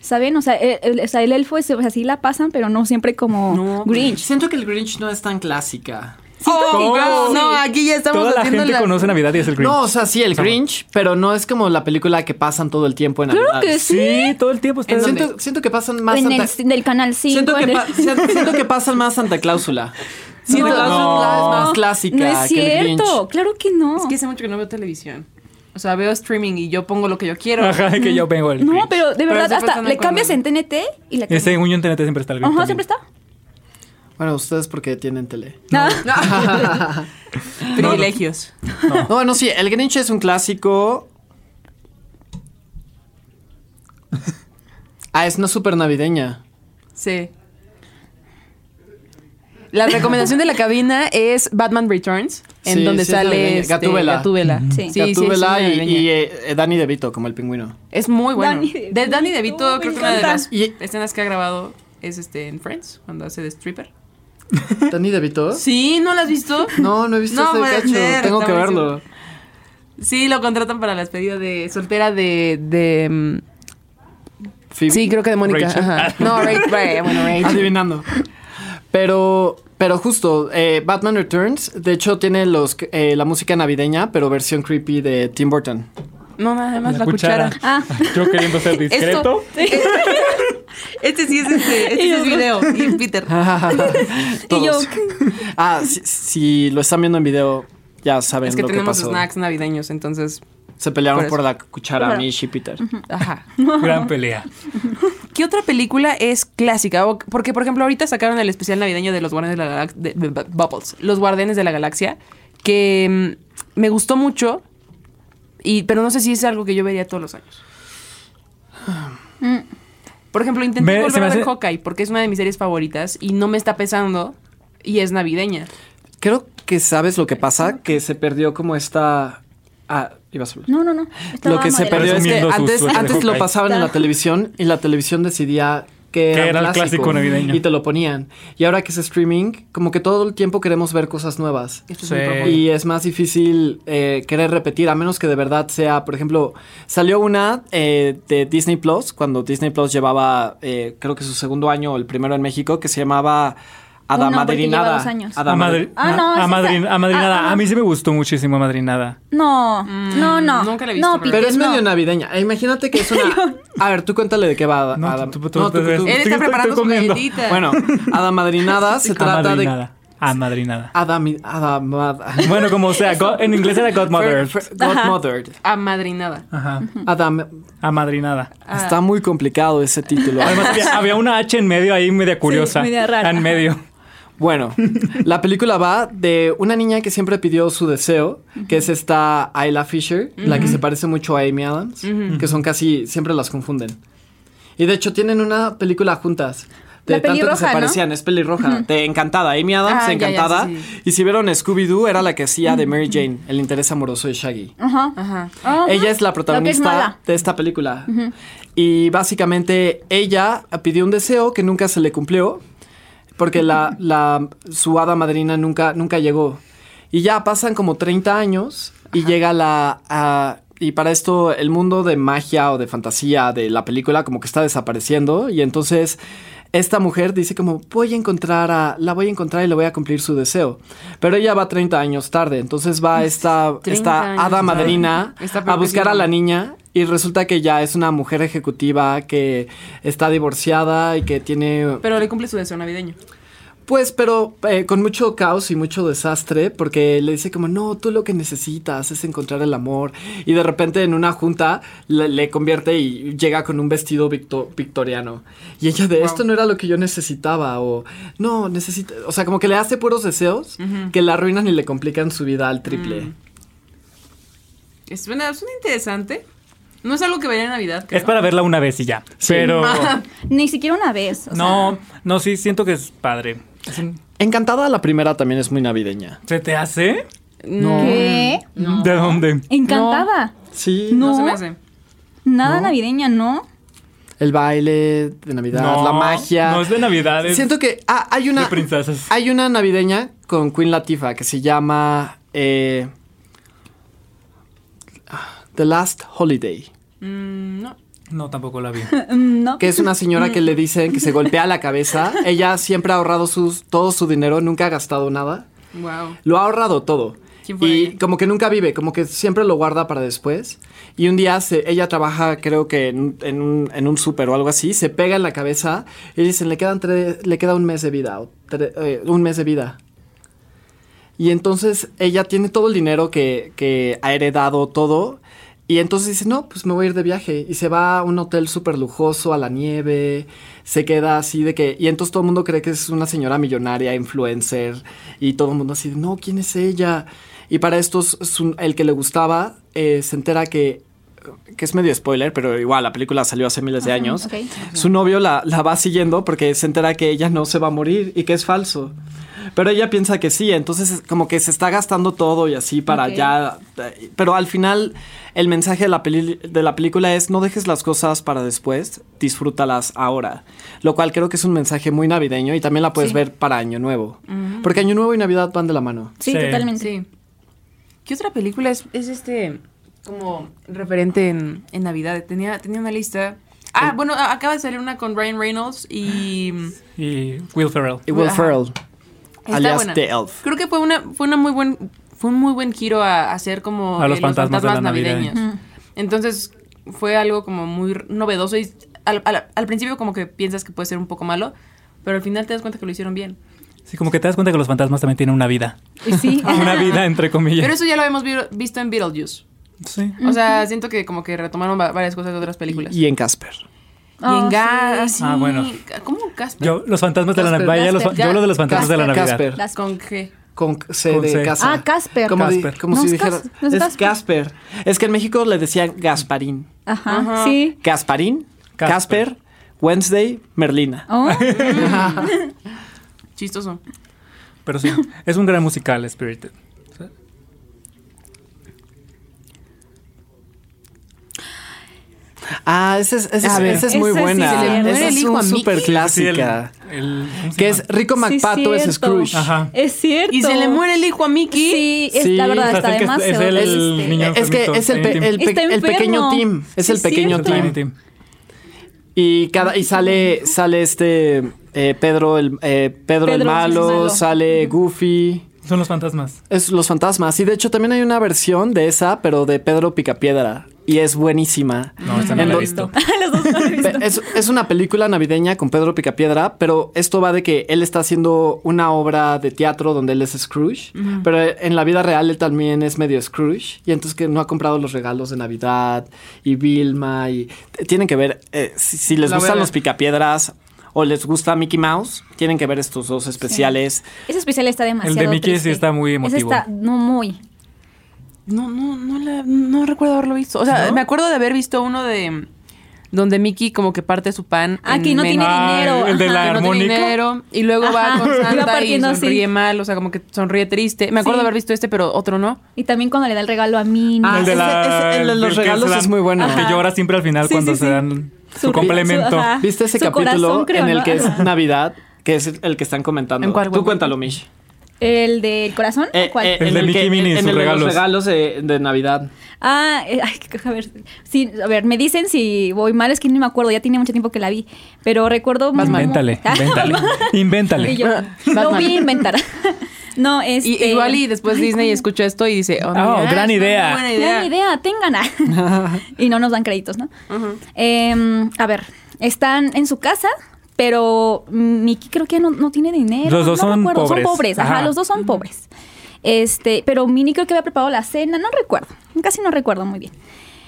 Speaker 5: ¿Saben? O sea, el, el- o sea, el elfo es, o sea, sí la pasan, pero no siempre como
Speaker 3: No.
Speaker 5: Grinch.
Speaker 6: Siento que el Grinch no es tan clásica.
Speaker 3: Oh,
Speaker 7: ¿Cómo?
Speaker 3: wow, No, aquí ya estamos
Speaker 7: Toda la
Speaker 3: haciendo
Speaker 7: gente conoce Navidad y es el Grinch.
Speaker 6: No, o sea, sí, el Grinch, pero no es como la película que pasan todo el tiempo en
Speaker 5: Claro
Speaker 6: Navidad.
Speaker 5: que sí.
Speaker 7: sí, todo el tiempo está...
Speaker 3: ¿En
Speaker 6: Siento, siento que pasan más
Speaker 5: en
Speaker 6: Santa...
Speaker 5: el del canal 5.
Speaker 6: siento, que pa- siento- siento que pasan más Santa Cláusula. Siento que
Speaker 3: No.
Speaker 6: Cláusula es más clásica
Speaker 5: No es
Speaker 6: que el
Speaker 5: cierto,
Speaker 6: Grinch.
Speaker 5: claro que no.
Speaker 3: Es que hace mucho que no veo televisión. O sea, veo streaming y yo pongo lo que yo quiero.
Speaker 7: Ajá, que yo vengo el
Speaker 5: no,
Speaker 7: Grinch.
Speaker 5: pero de
Speaker 3: Pero
Speaker 5: verdad,
Speaker 3: estoy
Speaker 5: hasta
Speaker 3: pensando
Speaker 5: le
Speaker 3: en cuando-
Speaker 5: cambias en TNT y la cambias.
Speaker 7: Ese unión TNT siempre está el Grinch.
Speaker 5: Ajá,
Speaker 7: también.
Speaker 5: siempre está.
Speaker 6: Bueno, ustedes porque tienen tele.
Speaker 5: Ah,
Speaker 3: Privilegios.
Speaker 6: No, bueno, sí, el Grinch es un clásico. Ah, es una super navideña.
Speaker 3: Sí. La recomendación de la cabina es Batman Returns, en
Speaker 6: Sí,
Speaker 3: donde
Speaker 6: sí es
Speaker 3: sale
Speaker 6: navideña.
Speaker 3: este,
Speaker 6: Gatúbela.
Speaker 3: Gatúbela.
Speaker 5: Sí.
Speaker 3: sí, es
Speaker 6: Gatúbela y-
Speaker 3: navideña.
Speaker 6: y, eh, Danny DeVito como el pingüino.
Speaker 3: Es muy bueno.
Speaker 5: Danny
Speaker 3: de Danny
Speaker 5: DeVito,
Speaker 3: DeVito,
Speaker 5: me
Speaker 3: creo que una de
Speaker 5: encanta.
Speaker 3: las
Speaker 6: Y-
Speaker 3: escenas que ha grabado es este en Friends, cuando hace de stripper.
Speaker 6: ¿Danny DeVito?
Speaker 3: Sí, ¿no la has visto?
Speaker 6: No, no he visto
Speaker 3: No
Speaker 6: ese
Speaker 3: puede
Speaker 6: cacho.
Speaker 3: ser,
Speaker 6: Tengo
Speaker 3: está
Speaker 6: que
Speaker 3: buenísimo.
Speaker 6: verlo.
Speaker 3: Sí, lo contratan para la despedida de soltera de. de mm,
Speaker 6: Phoebe.
Speaker 3: sí, creo que de Mónica.
Speaker 7: Rachel.
Speaker 6: Ah.
Speaker 3: ajá. No, Rachel. bueno, Rachel.
Speaker 6: Adivinando. Pero, pero justo, eh, Batman Returns, de hecho, tiene los, eh, la música navideña, pero versión creepy de Tim Burton.
Speaker 3: No, nada más la,
Speaker 7: La
Speaker 3: cuchara.
Speaker 7: cuchara.
Speaker 5: Ah.
Speaker 7: Yo queriendo ser
Speaker 3: Esto-
Speaker 7: discreto.
Speaker 3: Este sí es este, este sí es video. Y Peter.
Speaker 5: Y yo-
Speaker 6: Todos. Ah, si, si lo están viendo en video, ya saben
Speaker 3: Es que
Speaker 6: lo que
Speaker 3: tenemos
Speaker 6: pasó.
Speaker 3: snacks navideños, entonces.
Speaker 6: Se pelearon
Speaker 3: Por
Speaker 6: por,
Speaker 3: eso.
Speaker 6: la cuchara
Speaker 5: Bueno.
Speaker 6: Mish y Peter.
Speaker 3: Ajá.
Speaker 7: Gran pelea.
Speaker 3: ¿Qué otra película es clásica? O- Porque, por ejemplo, ahorita sacaron el especial navideño de los Guardianes de la Galaxia. Bubbles. Los Guardianes de la Galaxia. Que mm, me gustó mucho. Y, pero no sé si es algo que yo vería todos los años. Por ejemplo, intenté
Speaker 7: Me- se
Speaker 3: volver
Speaker 7: me
Speaker 3: a ver
Speaker 7: hace-
Speaker 3: Hawkeye porque es una de mis series favoritas y no me está pesando y es navideña.
Speaker 6: Creo que sabes lo que pasa, que se perdió como esta... Ah, ibas a hablar.
Speaker 5: No, no, no.
Speaker 6: Lo que se perdió es que
Speaker 7: Resumiendo sus
Speaker 6: antes,
Speaker 7: suerte de
Speaker 6: antes lo
Speaker 7: Hawkeye.
Speaker 6: pasaban en la televisión y la televisión decidía que
Speaker 7: Que era el clásico navideño.
Speaker 6: y te lo ponían. Y ahora que es streaming, como que todo el tiempo queremos ver cosas nuevas.
Speaker 3: Esto
Speaker 7: Sí.
Speaker 3: es muy profundo.
Speaker 6: Y es más difícil eh, querer repetir, a menos que de verdad sea, por ejemplo, salió una eh, de Disney Plus, cuando Disney Plus llevaba, eh, creo que su segundo año, o el primero en México, que se llamaba Adamadrinada.
Speaker 5: lleva dos años.
Speaker 6: Adama-
Speaker 7: Amadri-
Speaker 5: Ah, no,
Speaker 7: a-
Speaker 5: es
Speaker 7: amadrin-
Speaker 5: esa.
Speaker 7: amadrinada.
Speaker 5: Ah, ah.
Speaker 7: a mí sí me gustó muchísimo Amadrinada.
Speaker 5: No, no, no.
Speaker 3: Mm, nunca la he visto,
Speaker 5: No,
Speaker 3: pero-
Speaker 5: Peter,
Speaker 6: Pero es
Speaker 5: no.
Speaker 6: medio navideña. Eh, Imagínate que es una. A ver, tú cuéntale de qué va.
Speaker 7: No,
Speaker 6: Adam-
Speaker 7: tú- tú- tú-
Speaker 6: No,
Speaker 7: tú- tú-
Speaker 3: Él
Speaker 7: Estoy-
Speaker 3: está
Speaker 7: estoy
Speaker 3: preparando su
Speaker 7: comiendo.
Speaker 3: galletita.
Speaker 6: Bueno, Adamadrinada se trata de.
Speaker 7: Amadrinada. Amadrinada.
Speaker 6: Adami, Adamad-
Speaker 7: Bueno, como sea, go- en inglés era Godmother.
Speaker 6: Fer- fer- Godmothered.
Speaker 3: Amadrinada.
Speaker 7: Ajá.
Speaker 6: Adam.
Speaker 7: Amadrinada.
Speaker 6: Está muy complicado ese título.
Speaker 7: Además, había, había una H en medio ahí, media curiosa.
Speaker 5: media rara.
Speaker 7: En medio.
Speaker 6: Bueno, la película va de una niña que siempre pidió su deseo, que es esta Ayla Fisher, la que se parece mucho a Amy Adams, que son casi, siempre las confunden. Y de hecho tienen una película juntas. De
Speaker 5: La
Speaker 6: tanto que se
Speaker 5: pelirroja, ¿no?
Speaker 6: parecían, es pelirroja. De encantada, Amy Adams,
Speaker 3: Ah, ya, ya,
Speaker 6: encantada.
Speaker 3: sí, sí.
Speaker 6: Y si vieron Scooby-Doo, era la que hacía de Mary Jane, el interés amoroso de Shaggy.
Speaker 5: Ajá.
Speaker 3: Ajá.
Speaker 5: Ajá.
Speaker 6: Ella es la
Speaker 5: mala.
Speaker 6: protagonista de esta película. Y básicamente ella pidió un deseo que nunca se le cumplió porque la, la- su hada madrina nunca, nunca llegó. Y ya pasan como 30 años y llega la... a- y para esto el mundo de magia o de fantasía de la película como que está desapareciendo y entonces esta mujer dice como voy a encontrar a... la voy a encontrar y le voy a cumplir su deseo. Pero ella va 30 años tarde, entonces va esta,
Speaker 3: 30
Speaker 6: esta
Speaker 3: años
Speaker 6: hada
Speaker 3: tarde.
Speaker 6: madrina
Speaker 3: Está
Speaker 6: a buscar a
Speaker 3: peor que
Speaker 6: la
Speaker 3: sí.
Speaker 6: niña y resulta que ya es una mujer ejecutiva que está divorciada y que tiene
Speaker 3: Pero le cumple su deseo navideño.
Speaker 6: pues, pero eh, con mucho caos y mucho desastre, porque le dice como, no, tú lo que necesitas es encontrar el amor. Y de repente en una junta le, le convierte y llega con un vestido victo- victoriano. Y ella de, esto no era lo que yo necesitaba, o no, necesita, o sea, como que le hace puros deseos que la arruinan y le complican su vida al triple.
Speaker 7: Mm.
Speaker 3: Es una, es una interesante. No es algo que vería en Navidad. creo.
Speaker 7: Es para verla una vez y ya. Pero.
Speaker 5: Ni siquiera una vez. o
Speaker 7: No, no, sí, siento que es padre. Es un-
Speaker 6: Encantada la primera también es muy navideña.
Speaker 7: ¿Se te hace?
Speaker 5: sea,
Speaker 3: No.
Speaker 5: ¿Qué?
Speaker 7: ¿De dónde?
Speaker 5: Encantada.
Speaker 6: Sí,
Speaker 3: No,
Speaker 5: No.
Speaker 3: se me hace.
Speaker 5: Nada navideña, ¿no?
Speaker 6: el baile de Navidad,
Speaker 7: No,
Speaker 6: la magia.
Speaker 7: No es de Navidad. es-
Speaker 6: Siento que ah, hay una.
Speaker 7: de princesas.
Speaker 6: Hay una navideña con Queen Latifah que se llama. eh, The Last Holiday.
Speaker 3: Mm, no.
Speaker 7: No, tampoco la vi.
Speaker 5: Mm, No.
Speaker 6: Que es una señora que le dicen que se golpea la cabeza. Ella siempre ha ahorrado sus, todo su dinero, nunca ha gastado nada.
Speaker 3: Wow.
Speaker 6: Lo ha ahorrado todo.
Speaker 3: ¿Quién fue
Speaker 6: Y
Speaker 3: ella?
Speaker 6: como que nunca vive, como que siempre lo guarda para después. Y un día se- ella trabaja, creo que en, un- en un, en un súper o algo así, se pega en la cabeza y dicen, le, quedan tres- le queda un mes de vida, o tre- eh, un mes de vida. Y entonces ella tiene todo el dinero que, que ha heredado todo. Y entonces dice, no, pues me voy a ir de viaje. Y se va a un hotel súper lujoso, a la nieve. Se queda así de que... Y entonces todo el mundo cree que es una señora millonaria, influencer. Y todo el mundo así de, no, ¿quién es ella? Y para estos, su- el que le gustaba eh, se entera que... Que es medio spoiler, pero igual la película salió hace miles de años.
Speaker 5: ok.
Speaker 6: Su novio la, la va siguiendo porque se entera que ella no se va a morir y que es falso. Pero ella piensa que sí, entonces es como que se está gastando todo y así para
Speaker 5: Ok.
Speaker 6: ya... Pero al final el mensaje de la, peli- de la película es no dejes las cosas para después, disfrútalas ahora. Lo cual creo que es un mensaje muy navideño y también la puedes ver para Año Nuevo.
Speaker 3: Mm.
Speaker 6: Porque Año Nuevo y Navidad van de la mano.
Speaker 5: Sí,
Speaker 7: Sí.
Speaker 5: totalmente.
Speaker 3: Sí. ¿Qué otra película es, es este como referente en, en Navidad? Tenía, tenía una lista. Ah, bueno, a- acaba de salir una con Ryan Reynolds y
Speaker 7: Ah. Y Will Ferrell.
Speaker 6: Y Will
Speaker 3: Ajá.
Speaker 6: Ferrell,
Speaker 3: Está
Speaker 6: alias
Speaker 3: buena.
Speaker 6: The Elf.
Speaker 3: Creo que fue una, fue una muy buen, fue un muy buen giro a, a hacer como
Speaker 7: A los fantasmas de la Navidad.
Speaker 5: Mm.
Speaker 3: Entonces, fue algo como muy r- novedoso y al, al- al principio como que piensas que puede ser un poco malo, pero al final te das cuenta que lo hicieron bien.
Speaker 7: Sí, como que te das cuenta que los fantasmas también tienen una vida.
Speaker 5: Y Sí.
Speaker 7: Una vida, entre comillas.
Speaker 3: Pero eso ya lo habíamos vi- visto en Beetlejuice.
Speaker 7: Sí.
Speaker 3: O sea, siento que como que retomaron va- varias cosas de otras películas.
Speaker 6: Y en Casper.
Speaker 3: Y en
Speaker 5: Oh,
Speaker 3: gas.
Speaker 7: Ah, bueno.
Speaker 3: ¿Cómo Casper?
Speaker 7: Yo, los fantasmas de la
Speaker 6: Casper,
Speaker 7: Navidad.
Speaker 3: Casper,
Speaker 7: Yo lo de los fantasmas de la
Speaker 6: Casper,
Speaker 7: Navidad.
Speaker 6: Casper.
Speaker 5: Las-
Speaker 3: Con G.
Speaker 6: Con C
Speaker 7: Con
Speaker 6: de
Speaker 7: C.
Speaker 6: casa.
Speaker 5: Ah, Casper.
Speaker 6: Como, di-
Speaker 7: Casper.
Speaker 6: como
Speaker 5: No,
Speaker 6: si
Speaker 5: es
Speaker 6: dijeras.
Speaker 5: Cas- no es
Speaker 6: es Casper.
Speaker 5: Casper.
Speaker 6: Es que en México le decían Gasparín.
Speaker 5: Ajá. Sí.
Speaker 6: Gasparín, Casper,
Speaker 7: Casper.
Speaker 6: Wednesday, Merlina.
Speaker 5: Oh,
Speaker 3: Chistoso.
Speaker 7: Pero sí, es un gran musical, Spirited.
Speaker 6: Ah, esa es, esa es-
Speaker 3: A ver.
Speaker 6: esa es muy
Speaker 5: Esa sí
Speaker 6: buena.
Speaker 5: se le muere
Speaker 6: esa
Speaker 3: el
Speaker 6: es
Speaker 3: hijo a
Speaker 6: un
Speaker 3: Mickey.
Speaker 6: súper clásica.
Speaker 7: Sí, el- el- ¿cómo se
Speaker 6: que
Speaker 7: llama?
Speaker 6: es Rico McPato es
Speaker 5: cierto.
Speaker 6: Scrooge.
Speaker 7: Ajá.
Speaker 5: es cierto.
Speaker 3: Y se le muere el hijo a Mickey.
Speaker 5: Sí, es,
Speaker 6: Sí,
Speaker 5: la verdad,
Speaker 7: o sea,
Speaker 5: está
Speaker 7: es que es-
Speaker 5: demasiado.
Speaker 7: es el
Speaker 5: triste.
Speaker 7: niño.
Speaker 6: Es que
Speaker 7: enfermito,
Speaker 6: es el, pe-
Speaker 7: Tiny Tim.
Speaker 6: el
Speaker 5: este. Está
Speaker 6: pe- el pequeño
Speaker 5: enfermo.
Speaker 6: Tim. Es
Speaker 5: Sí,
Speaker 6: el
Speaker 5: es
Speaker 6: pequeño
Speaker 5: cierto.
Speaker 7: Tiny
Speaker 6: Tim.
Speaker 7: Tim.
Speaker 6: Y cada y sale sale este eh, Pedro el, eh, Pedro
Speaker 5: Pedro
Speaker 6: el
Speaker 5: el
Speaker 6: malo,
Speaker 5: malo.
Speaker 6: sale Goofy.
Speaker 7: Son los fantasmas.
Speaker 6: Es Los Fantasmas. Y de hecho también hay una versión de esa, pero de Pedro Picapiedra. Y es buenísima.
Speaker 7: No, esta no
Speaker 6: En
Speaker 7: la he
Speaker 6: do-
Speaker 7: visto.
Speaker 6: Pe- Es, es una película navideña con Pedro Picapiedra, pero esto va de que él está haciendo una obra de teatro donde él es Scrooge, pero en la vida real él también es medio Scrooge y entonces que no ha comprado los regalos de Navidad y Vilma y t- tienen que ver eh, si, si les
Speaker 3: La voy a
Speaker 6: gustan
Speaker 3: ver.
Speaker 6: los Picapiedras o les gusta Mickey Mouse, tienen que ver estos dos especiales.
Speaker 5: Ese especial está demasiado
Speaker 7: El de Mickey sí
Speaker 5: triste.
Speaker 7: está muy emotivo.
Speaker 5: Ese está no muy.
Speaker 3: No, no, no, la- no recuerdo haberlo visto. O sea,
Speaker 7: ¿No?
Speaker 3: me acuerdo de haber visto uno de donde Mickey como que parte su pan.
Speaker 5: Ah,
Speaker 3: en
Speaker 5: que no tiene
Speaker 3: medio.
Speaker 7: Ah,
Speaker 5: dinero.
Speaker 7: el de
Speaker 5: ajá.
Speaker 7: la
Speaker 3: Que no tiene
Speaker 7: armónica.
Speaker 3: dinero, y luego
Speaker 5: Ajá.
Speaker 3: va con
Speaker 5: Y va
Speaker 3: Santa y
Speaker 5: partiendo así.
Speaker 3: sonríe mal, o sea, como que sonríe triste. Me acuerdo
Speaker 5: Sí.
Speaker 3: de haber visto este, pero otro no.
Speaker 5: Y también cuando le da el regalo a Minnie.
Speaker 3: Ah,
Speaker 7: el de
Speaker 6: ese-
Speaker 7: la-
Speaker 6: ese- el de los
Speaker 7: del que
Speaker 6: regalos
Speaker 7: se
Speaker 6: es muy bueno.
Speaker 7: El que
Speaker 5: Ajá.
Speaker 7: llora siempre al final
Speaker 5: Sí,
Speaker 7: cuando
Speaker 5: sí,
Speaker 7: se
Speaker 5: sí.
Speaker 7: dan su,
Speaker 5: Su- su-
Speaker 7: complemento.
Speaker 5: ajá.
Speaker 6: ¿Viste ese
Speaker 5: Ah, Su
Speaker 6: capítulo
Speaker 5: corazón, creo,
Speaker 6: en el
Speaker 5: ¿no?
Speaker 6: que es
Speaker 5: Ajá.
Speaker 6: Navidad? Que es el que están comentando.
Speaker 3: ¿En cuál,
Speaker 6: Tú
Speaker 3: güey?
Speaker 6: cuéntalo, Mish.
Speaker 5: ¿El del corazón?
Speaker 6: Eh,
Speaker 5: ¿Cuál?
Speaker 6: eh,
Speaker 7: El
Speaker 6: en
Speaker 7: de Mickey
Speaker 6: que-
Speaker 7: Minnie y
Speaker 6: en
Speaker 7: sus
Speaker 6: el de
Speaker 7: regalos.
Speaker 6: los regalos de- de Navidad.
Speaker 5: Ah, eh, ay, que- a ver. Sí, a ver, me dicen si voy mal, es que no me acuerdo, ya tiene mucho tiempo que la vi. Pero recuerdo. muy-
Speaker 7: Invéntale,
Speaker 5: Ah,
Speaker 7: invéntale,
Speaker 5: y
Speaker 7: invéntale.
Speaker 5: yo,
Speaker 3: Batman.
Speaker 5: lo voy a inventar. No, este.
Speaker 3: Y, igual y después Disney escuchó esto y dice, oh,
Speaker 7: Oh,
Speaker 3: mira,
Speaker 7: gran
Speaker 3: es una
Speaker 7: idea.
Speaker 3: buena idea.
Speaker 5: Gran idea, tengan. y no nos dan créditos, ¿no? Em, a ver, están en su casa, pero Mickey creo que no, no tiene dinero.
Speaker 7: Los dos
Speaker 5: no
Speaker 7: son
Speaker 5: recuerdo,
Speaker 7: pobres.
Speaker 5: Son pobres, ajá,
Speaker 7: Ajá.
Speaker 5: los dos son pobres. Este, pero Minnie creo que había preparado la cena, no recuerdo, casi no recuerdo muy bien.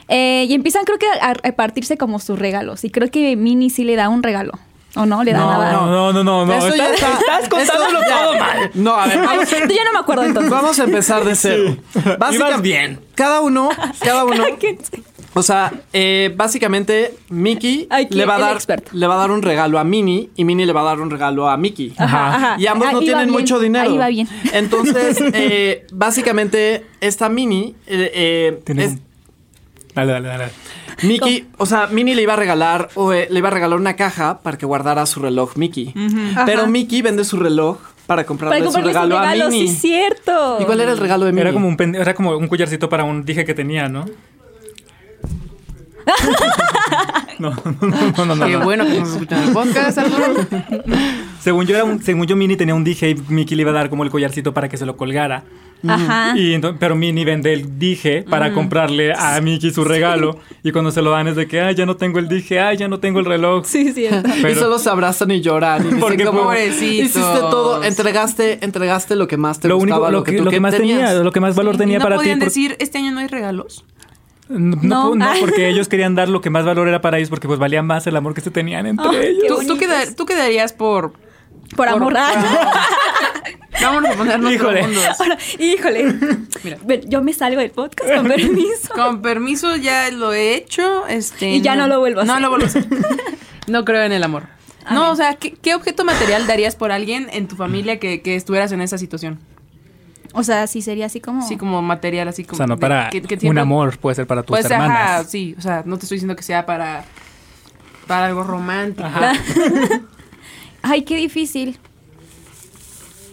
Speaker 5: Eh, y empiezan creo que a a repartirse como sus regalos. Y creo que Minnie sí le da un regalo. ¿O no? Le da
Speaker 7: No,
Speaker 5: nada.
Speaker 7: no, no, no, no.
Speaker 6: Eso ya
Speaker 7: Estás,
Speaker 6: está-
Speaker 7: estás contándolo
Speaker 6: eso ya-
Speaker 7: todo mal.
Speaker 6: No, a ver,
Speaker 5: Ay,
Speaker 6: vamos,
Speaker 5: yo ya no me acuerdo entonces.
Speaker 6: vamos a empezar de cero. Básicamente,
Speaker 7: Ibas bien.
Speaker 6: Cada uno, cada uno.
Speaker 5: ¿Qué?
Speaker 6: O sea, eh, básicamente Mickey
Speaker 5: Aquí
Speaker 6: le va a
Speaker 5: el
Speaker 6: dar,
Speaker 5: experto.
Speaker 6: le va a dar un regalo a Minnie y Minnie le va a dar un regalo a Mickey.
Speaker 5: Ajá, ajá.
Speaker 6: Y ambos no
Speaker 5: Ahí va
Speaker 6: tienen
Speaker 5: bien,
Speaker 6: mucho dinero.
Speaker 5: ahí va bien.
Speaker 6: Entonces, eh, básicamente esta Minnie eh, eh,
Speaker 7: Tiene
Speaker 6: es-
Speaker 7: un- Dale, dale, dale.
Speaker 6: Mickey, o sea, Minnie le iba a regalar, o, eh, le iba a regalar una caja para que guardara su reloj Mickey. Pero
Speaker 5: Ajá.
Speaker 6: Mickey vende su reloj para comprarle,
Speaker 5: Para comprarle
Speaker 6: su regalo, a
Speaker 5: sí,
Speaker 6: Minnie.
Speaker 5: cierto.
Speaker 6: ¿Y cuál era el regalo de Minnie?
Speaker 7: Era como un pen- era como un collarcito para un dije que tenía, ¿no? No, no, no, no, no,
Speaker 3: Qué
Speaker 7: no.
Speaker 3: bueno que nos escuchan en el podcast, Arturo.
Speaker 7: Según yo era un, según yo Minnie tenía un dije y Mickey le iba a dar como el collarcito para que se lo colgara.
Speaker 5: Ajá.
Speaker 7: Y ento- pero Minnie vende el dije para comprarle a Mickey su regalo. Y cuando se lo dan es de que, ay, ya no tengo el dije, ay, ya no tengo el reloj.
Speaker 5: Sí, cierto.
Speaker 6: y
Speaker 7: Pero-
Speaker 6: solo se abrazan y lloran. Y dicen
Speaker 7: Porque
Speaker 6: como,
Speaker 3: pobrecitos.
Speaker 6: Hiciste todo, entregaste, entregaste lo que más te
Speaker 7: lo
Speaker 6: gustaba,
Speaker 7: único, lo
Speaker 6: que,
Speaker 7: que,
Speaker 6: tú
Speaker 7: lo que más
Speaker 6: tenías.
Speaker 7: tenía, lo que más valor tenía
Speaker 3: ¿Y no
Speaker 7: para ti.
Speaker 3: podían
Speaker 7: por-
Speaker 3: decir, este año no hay regalos?
Speaker 7: No,
Speaker 5: No.
Speaker 7: no, no, porque ellos querían dar lo que más valor era para ellos, porque pues valía más el amor que se tenían entre
Speaker 5: Ay,
Speaker 7: ellos.
Speaker 5: Qué
Speaker 3: ¿Tú, tú,
Speaker 5: bonitos.
Speaker 3: queda- tú quedarías por...
Speaker 5: Por amor. ah.
Speaker 3: Vamos a ponernos
Speaker 7: Híjole.
Speaker 3: profundos.
Speaker 5: Ahora, híjole.
Speaker 3: Mira.
Speaker 5: Ven, yo me salgo del podcast con permiso.
Speaker 3: Con permiso, ya lo he hecho. Este,
Speaker 5: Y ya no lo vuelvo a hacer.
Speaker 3: No lo vuelvo a hacer. No creo en el amor. No, o sea, ¿qué, qué objeto material darías por alguien en tu familia que, que estuvieras en esa situación?
Speaker 5: O sea, sí sería así como.
Speaker 3: Así como material, así
Speaker 7: O
Speaker 3: como...
Speaker 7: sea, no
Speaker 3: de-
Speaker 7: para
Speaker 3: que- que
Speaker 7: un
Speaker 3: siempre-
Speaker 7: amor, puede ser para tus
Speaker 3: Pues,
Speaker 7: hermanas.
Speaker 3: ajá, sí. O sea, no te estoy diciendo que sea para... Para algo romántico.
Speaker 5: Ay, qué difícil.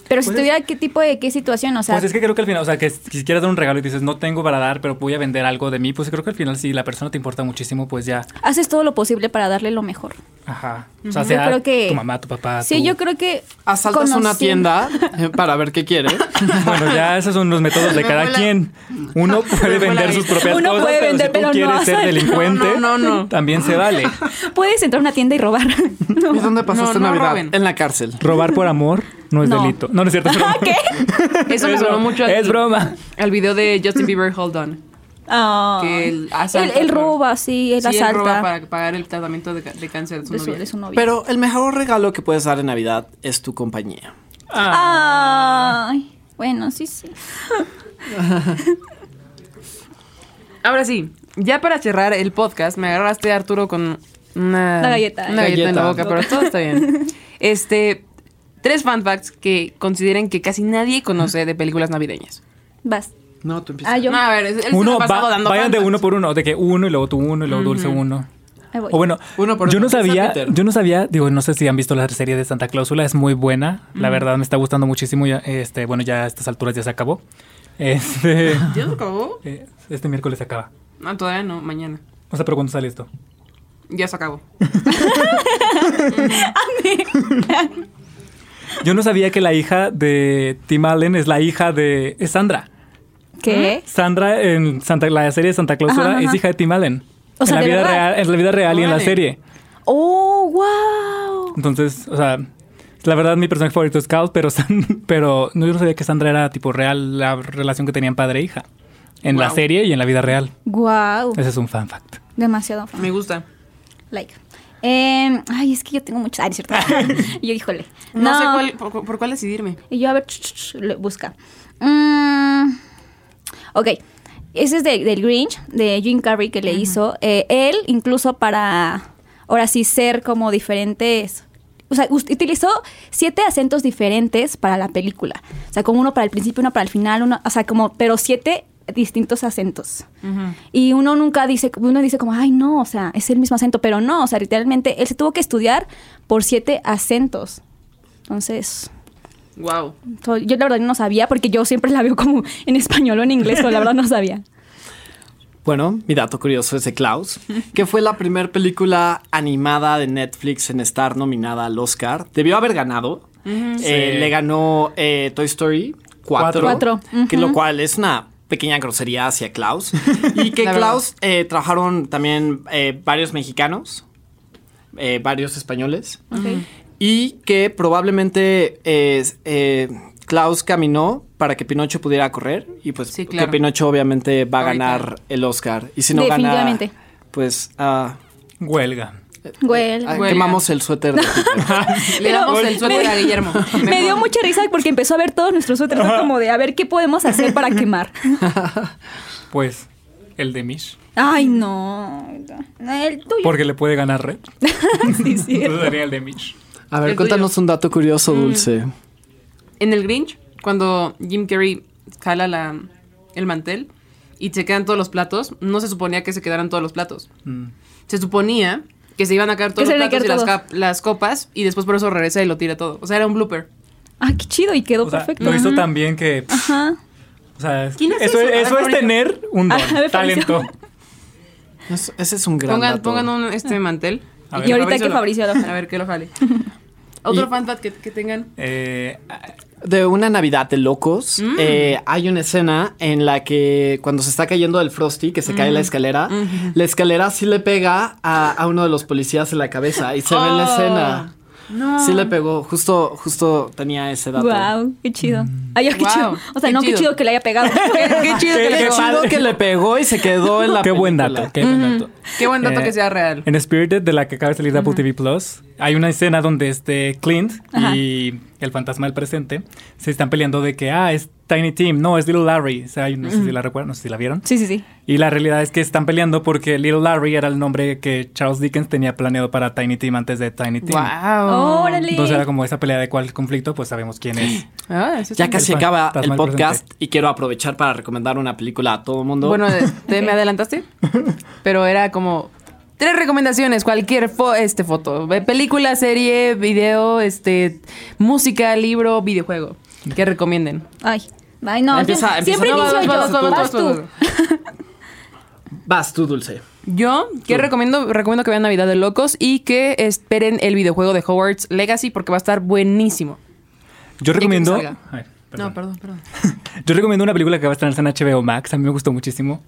Speaker 5: Pero si tuviera qué tipo de qué situación, o sea.
Speaker 7: Pues es que creo que al final, o sea, que si quieres dar un regalo y dices, no tengo para dar, pero voy a vender algo de mí, pues creo que al final, si la persona te importa muchísimo, pues ya,
Speaker 5: Haces todo lo posible para darle lo mejor.
Speaker 7: ajá. O sea,
Speaker 5: Yo
Speaker 7: sea
Speaker 5: creo que-
Speaker 7: tu mamá, tu papá.
Speaker 5: Sí,
Speaker 7: tu-
Speaker 5: yo creo que.
Speaker 6: Asaltas
Speaker 5: conocí-
Speaker 6: una tienda eh, para ver qué quiere.
Speaker 7: Bueno, ya esos son los métodos de
Speaker 3: Me
Speaker 7: cada
Speaker 3: fue la-
Speaker 7: quien. Uno puede
Speaker 3: fue la
Speaker 7: vender
Speaker 3: vida.
Speaker 7: sus propias
Speaker 5: Uno
Speaker 7: cosas,
Speaker 5: puede
Speaker 7: pero
Speaker 5: vender,
Speaker 7: si tú
Speaker 5: pero no
Speaker 7: quieres ser
Speaker 5: hacer-
Speaker 7: delincuente,
Speaker 3: No, no, no.
Speaker 7: también se vale.
Speaker 5: Puedes entrar a una tienda y robar.
Speaker 6: ¿Y dónde
Speaker 3: No,
Speaker 6: pasaste
Speaker 3: no
Speaker 6: Navidad?
Speaker 3: roben.
Speaker 6: En la cárcel.
Speaker 7: Robar por amor no es
Speaker 5: No. Ah,
Speaker 7: delito. No, no es cierto. es broma.
Speaker 3: Eso me
Speaker 7: Es
Speaker 3: sonó
Speaker 7: broma,
Speaker 3: mucho al-
Speaker 7: Es broma.
Speaker 3: Al video de Justin Bieber, Hold On.
Speaker 5: Ah.
Speaker 3: Que él
Speaker 5: él,
Speaker 3: asalta,
Speaker 5: él
Speaker 3: pero-
Speaker 5: roba, sí, él
Speaker 3: Sí, él
Speaker 5: asalta.
Speaker 3: roba para pagar el tratamiento de, ca- de cáncer de su
Speaker 5: de, su,
Speaker 3: novia.
Speaker 5: de su novio.
Speaker 6: Pero el mejor regalo que puedes dar en Navidad es tu compañía.
Speaker 5: Ay. Bueno, sí, sí.
Speaker 3: Ahora sí, ya para cerrar el podcast, me agarraste Arturo con una,
Speaker 5: Una galleta.
Speaker 3: una galleta en la boca,
Speaker 6: Galleta.
Speaker 3: pero todo está bien. Este, tres fun facts que consideren que casi nadie conoce de películas navideñas.
Speaker 5: Vas.
Speaker 6: No, tú empiezas.
Speaker 5: Ah, yo.
Speaker 3: No, a ver, él se la
Speaker 7: Uno,
Speaker 3: ha pasado
Speaker 7: va-
Speaker 3: dando
Speaker 7: vayan
Speaker 3: fun
Speaker 7: de
Speaker 3: facts.
Speaker 7: uno por uno, de que uno y luego tú uno y luego dulce uno.
Speaker 5: Ahí voy.
Speaker 7: O bueno,
Speaker 6: Uno por
Speaker 7: yo
Speaker 6: uno.
Speaker 7: no sabía,
Speaker 6: Peter.
Speaker 7: yo no sabía, digo, no sé si han visto la serie de Santa Clausula, es muy buena, la verdad me está gustando muchísimo, ya, este, bueno, ya a estas alturas ya se acabó. Este,
Speaker 3: ¿Ya se acabó?
Speaker 7: eh, este miércoles se acaba.
Speaker 3: No, todavía no, mañana.
Speaker 7: O sea, pero ¿cuándo sale esto?
Speaker 3: Ya se acabó.
Speaker 7: Yo no sabía que la hija de Tim Allen es la hija de es Sandra.
Speaker 3: ¿Eh?
Speaker 5: ¿Qué?
Speaker 7: Sandra en Santa, la serie de Santa Clausura
Speaker 5: Ajá, ajá.
Speaker 7: es hija de Tim Allen.
Speaker 5: O sea,
Speaker 7: en la
Speaker 5: ¿de
Speaker 7: vida
Speaker 5: verdad?
Speaker 7: real, en la vida real y en la
Speaker 3: Órale.
Speaker 7: serie.
Speaker 5: ¡Oh, wow!
Speaker 7: Entonces, o sea, la verdad mi personaje favorito es Cal, pero San- pero no yo no sabía que Sandra era tipo real la relación que tenían padre e hija en la
Speaker 3: Wow.
Speaker 7: serie y en la vida real.
Speaker 5: ¡Wow!
Speaker 7: Ese es un fan fact.
Speaker 5: Demasiado fan.
Speaker 3: Me gusta.
Speaker 5: Like. Eh, ay, es que yo tengo muchas. Ay, no es cierto. yo, híjole.
Speaker 3: No, sé cuál- por, por cuál decidirme.
Speaker 5: Y yo, a ver, ch, ch, ch, le- busca. Mm, ok. Ese es de- del Grinch, de Jim Carrey, que le hizo. Eh, él, incluso para, ahora sí, ser como diferentes... O sea, us- utilizó siete acentos diferentes para la película. O sea, como uno para el principio, uno para el final, uno... O sea, como... Pero siete distintos acentos. Y uno nunca dice... Uno dice como, ay, no, o sea, es el mismo acento. Pero no, o sea, literalmente él se tuvo que estudiar por siete acentos. Entonces...
Speaker 3: Wow.
Speaker 5: So, yo la verdad no sabía porque yo siempre la veo como en español o en inglés, pero la verdad no sabía.
Speaker 6: Bueno, mi dato curioso es de Klaus, que fue la primera película animada de Netflix en estar nominada al Oscar. Debió haber ganado. Eh,
Speaker 7: Sí.
Speaker 6: Le ganó eh, Toy Story 4,
Speaker 5: Cuatro. Cuatro,
Speaker 6: que lo cual es una pequeña grosería hacia Klaus. Y que
Speaker 3: La verdad.
Speaker 6: Klaus eh, trabajaron también eh, varios mexicanos, eh, varios españoles, y que probablemente eh, eh, Klaus caminó para que Pinocho pudiera correr y pues
Speaker 3: Sí, claro.
Speaker 6: que Pinocho obviamente va a
Speaker 3: Ahorita.
Speaker 6: ganar el Oscar. Y si no
Speaker 5: Definitivamente.
Speaker 6: gana, pues ah,
Speaker 7: Huelga.
Speaker 5: Güey.
Speaker 6: ah,
Speaker 3: Huelga.
Speaker 6: quemamos el suéter. de Peter.
Speaker 3: Le
Speaker 5: Pero-
Speaker 3: damos el suéter a Guillermo.
Speaker 5: Me dio mucha risa porque empezó a ver todos nuestros suéteres fue como de a ver qué podemos hacer para quemar.
Speaker 7: Pues el de Mish,
Speaker 5: Ay, no. El tuyo.
Speaker 7: porque le puede ganar Red.
Speaker 5: Sí, sí.
Speaker 7: Entonces sería el de Mish.
Speaker 6: a ver,
Speaker 3: El
Speaker 6: cuéntanos un dato curioso,
Speaker 3: Mm.
Speaker 6: Dulce.
Speaker 3: En el Grinch, cuando Jim Carrey jala la, el mantel y se quedan todos los platos, no se suponía que se quedaran todos los platos. Se suponía que se iban a caer todos
Speaker 5: Que se
Speaker 3: los
Speaker 5: iban a
Speaker 3: platos y
Speaker 5: caer
Speaker 3: las, cap- las copas y después por eso regresa y lo tira todo. O sea, era un blooper.
Speaker 5: Ay, Ah, qué chido y quedó
Speaker 7: O sea,
Speaker 5: perfecto.
Speaker 7: lo hizo tan bien que
Speaker 5: Ajá.
Speaker 7: o sea, eso,
Speaker 3: ¿Quién hace
Speaker 7: eso
Speaker 3: eso? A ver,
Speaker 7: es
Speaker 3: Fabricio.
Speaker 7: tener un don,
Speaker 5: A ver, Fabricio.
Speaker 7: talento.
Speaker 6: Es- ese es un gran
Speaker 3: Pongan,
Speaker 6: dato.
Speaker 3: pongan un, este mantel.
Speaker 7: A ver.
Speaker 3: que
Speaker 7: Y
Speaker 5: ahorita que Fabricio lo jale.
Speaker 3: A ver que lo jale. Otro fan fact que, que tengan.
Speaker 7: Eh,
Speaker 6: De una Navidad de locos, eh, hay una escena en la que cuando se está cayendo del Frosty, que se cae la escalera, la escalera sí le pega a, a uno de los policías en la cabeza y se ve en la
Speaker 3: Oh,
Speaker 6: escena.
Speaker 3: No.
Speaker 6: Sí le pegó, justo, justo tenía ese dato.
Speaker 5: Wow, qué chido.
Speaker 7: Mm.
Speaker 5: Ay, ay, qué
Speaker 3: Wow,
Speaker 5: chido. O sea,
Speaker 3: qué
Speaker 5: no, qué
Speaker 3: chido.
Speaker 5: chido que le haya pegado.
Speaker 3: Qué, qué chido
Speaker 7: Qué-
Speaker 3: que
Speaker 7: qué
Speaker 3: le
Speaker 7: padre.
Speaker 6: Chido que le pegó y se quedó en la
Speaker 7: qué buen
Speaker 6: película.
Speaker 7: dato, qué buen dato.
Speaker 3: Qué buen dato
Speaker 7: Eh,
Speaker 3: que sea real.
Speaker 7: En Spirited, de la que acaba de salir de Apple TV Plus, hay una escena donde este Clint y el fantasma del presente se están peleando de que, ah, es Tiny Tim, no, es Little Larry. O sea, yo no sé si la recuerdan, no sé si la vieron.
Speaker 5: Sí, sí, sí.
Speaker 7: Y la realidad es que están peleando porque Little Larry era el nombre que Charles Dickens tenía planeado para Tiny Tim antes de Tiny Tim.
Speaker 3: Wow.
Speaker 5: Órale.
Speaker 7: Entonces era como esa pelea de cuál conflicto, pues sabemos quién es.
Speaker 3: Ah, eso
Speaker 6: Ya
Speaker 3: está
Speaker 6: casi
Speaker 7: El
Speaker 6: acaba
Speaker 7: fantasma
Speaker 6: el
Speaker 7: del
Speaker 6: podcast
Speaker 7: presente.
Speaker 6: y quiero aprovechar para recomendar una película a todo mundo.
Speaker 3: Bueno, de- te me adelantaste, pero era como tres recomendaciones, cualquier fo- este foto, ve- película, serie, video, este música, libro, videojuego, que recomienden.
Speaker 5: Ay. Ay, no.
Speaker 6: Empieza-
Speaker 5: sie- siempre
Speaker 6: empieza-
Speaker 5: inicio
Speaker 6: no,
Speaker 5: yo.
Speaker 6: vas, vas,
Speaker 5: Vas
Speaker 3: vas,
Speaker 5: tú.
Speaker 3: vas.
Speaker 6: vas tú, Dulce.
Speaker 3: Yo, ¿qué recomiendo? Recomiendo que vean Navidad de Locos y que esperen el videojuego de Hogwarts Legacy porque va a estar buenísimo.
Speaker 7: Yo recomiendo...
Speaker 3: salga.
Speaker 7: Ay,
Speaker 3: No, perdón, perdón.
Speaker 7: Yo recomiendo una película que va a estrenarse en HBO Max. A mí me gustó muchísimo.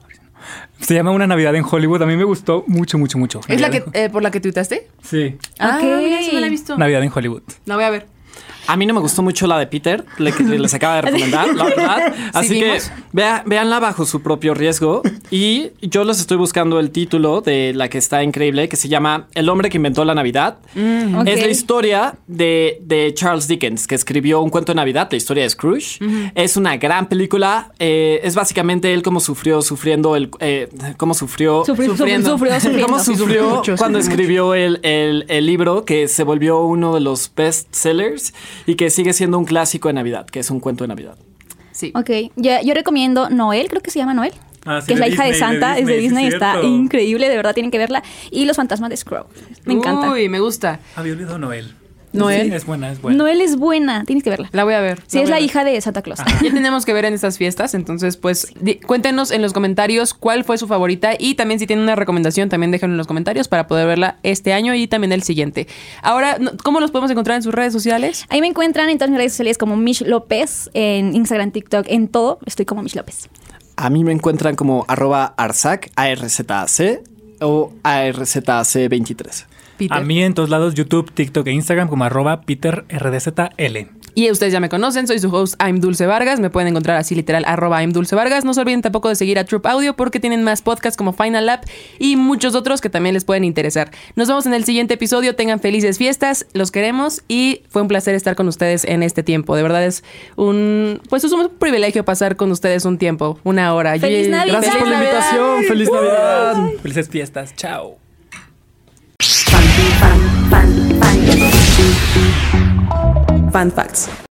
Speaker 7: Se llama Una Navidad en Hollywood. A mí me gustó mucho, mucho, mucho.
Speaker 3: ¿Es la que,
Speaker 7: Navidad
Speaker 3: eh, por la que tuitaste?
Speaker 7: en- Sí.
Speaker 3: Ah,
Speaker 5: Ok.
Speaker 3: mira, esa no la he visto.
Speaker 7: Navidad en Hollywood.
Speaker 3: La voy a ver.
Speaker 6: A mí no me gustó mucho la de Peter, la que les acaba de recomendar, la verdad. Así que
Speaker 3: vimos.
Speaker 6: vea- véanla bajo su propio riesgo. Y yo les estoy buscando el título de la que está increíble, que se llama El hombre que inventó la Navidad.
Speaker 5: Ok.
Speaker 6: Es la historia de, de Charles Dickens, que escribió un cuento de Navidad, la historia de Scrooge. Es una gran película. eh, es básicamente él cómo sufrió, sufriendo el... eh, cómo sufrió...
Speaker 5: Sufrió,
Speaker 3: Sufriendo.
Speaker 5: sufrió, sufrió.
Speaker 6: ¿Cómo
Speaker 3: Sí, sufrió
Speaker 6: sufrió
Speaker 3: mucho,
Speaker 6: cuando
Speaker 3: sufrió
Speaker 6: escribió el, el- el libro que se volvió uno de los best sellers y que sigue siendo un clásico de Navidad, que es un cuento de Navidad?
Speaker 3: Sí.
Speaker 5: Ok, ya- yo recomiendo Noel, creo que se llama Noel.
Speaker 7: Ah, sí,
Speaker 5: que es la
Speaker 7: de
Speaker 5: hija de
Speaker 7: Disney, de
Speaker 5: Santa, es de
Speaker 7: Disney,
Speaker 5: Disney,
Speaker 7: sí,
Speaker 5: está
Speaker 7: cierto.
Speaker 5: increíble, de verdad tienen que verla. Y Los Fantasmas de Scrooge, me encanta.
Speaker 6: Ah,
Speaker 3: Uy, me gusta.
Speaker 7: Había olvidado Noel.
Speaker 3: Noel.
Speaker 7: Sí, es buena, es buena.
Speaker 5: Noel es buena, tienes que verla.
Speaker 3: La voy a ver.
Speaker 5: Sí,
Speaker 3: la voy
Speaker 5: es
Speaker 3: a
Speaker 5: la
Speaker 3: ver.
Speaker 5: hija de Santa Claus.
Speaker 3: Ya tenemos que ver en estas fiestas, entonces pues di- cuéntenos en los comentarios cuál fue su favorita y también si tienen una recomendación también déjenlo en los comentarios para poder verla este año y también el siguiente. Ahora, no- ¿cómo los podemos encontrar en sus redes sociales?
Speaker 5: Ahí me encuentran en todas mis redes sociales como Mish López, en Instagram, TikTok, en todo. Estoy como Mish López.
Speaker 6: A mí me encuentran como arroba arzac, ARZAC o ARZAC23.
Speaker 3: Peter.
Speaker 7: A mí en todos lados, YouTube, TikTok e Instagram como arroba PeterRDZL.
Speaker 3: Y ustedes ya me conocen, soy su host I'm Dulce Vargas, me pueden encontrar así literal arroba I'm Dulce Vargas, no se olviden tampoco de seguir a Troop Audio porque tienen más podcasts como Final Lab y muchos otros que también les pueden interesar. Nos vemos en el siguiente episodio, tengan felices fiestas, los queremos y fue un placer estar con ustedes en este tiempo, de verdad es un pues es un privilegio pasar con ustedes un tiempo, una hora.
Speaker 5: ¡Feliz
Speaker 3: Yo-
Speaker 5: Navidad!
Speaker 6: Gracias por la
Speaker 5: Navidad!
Speaker 6: invitación. Feliz Navidad.
Speaker 7: Felices fiestas. Chao.
Speaker 3: Fun facts.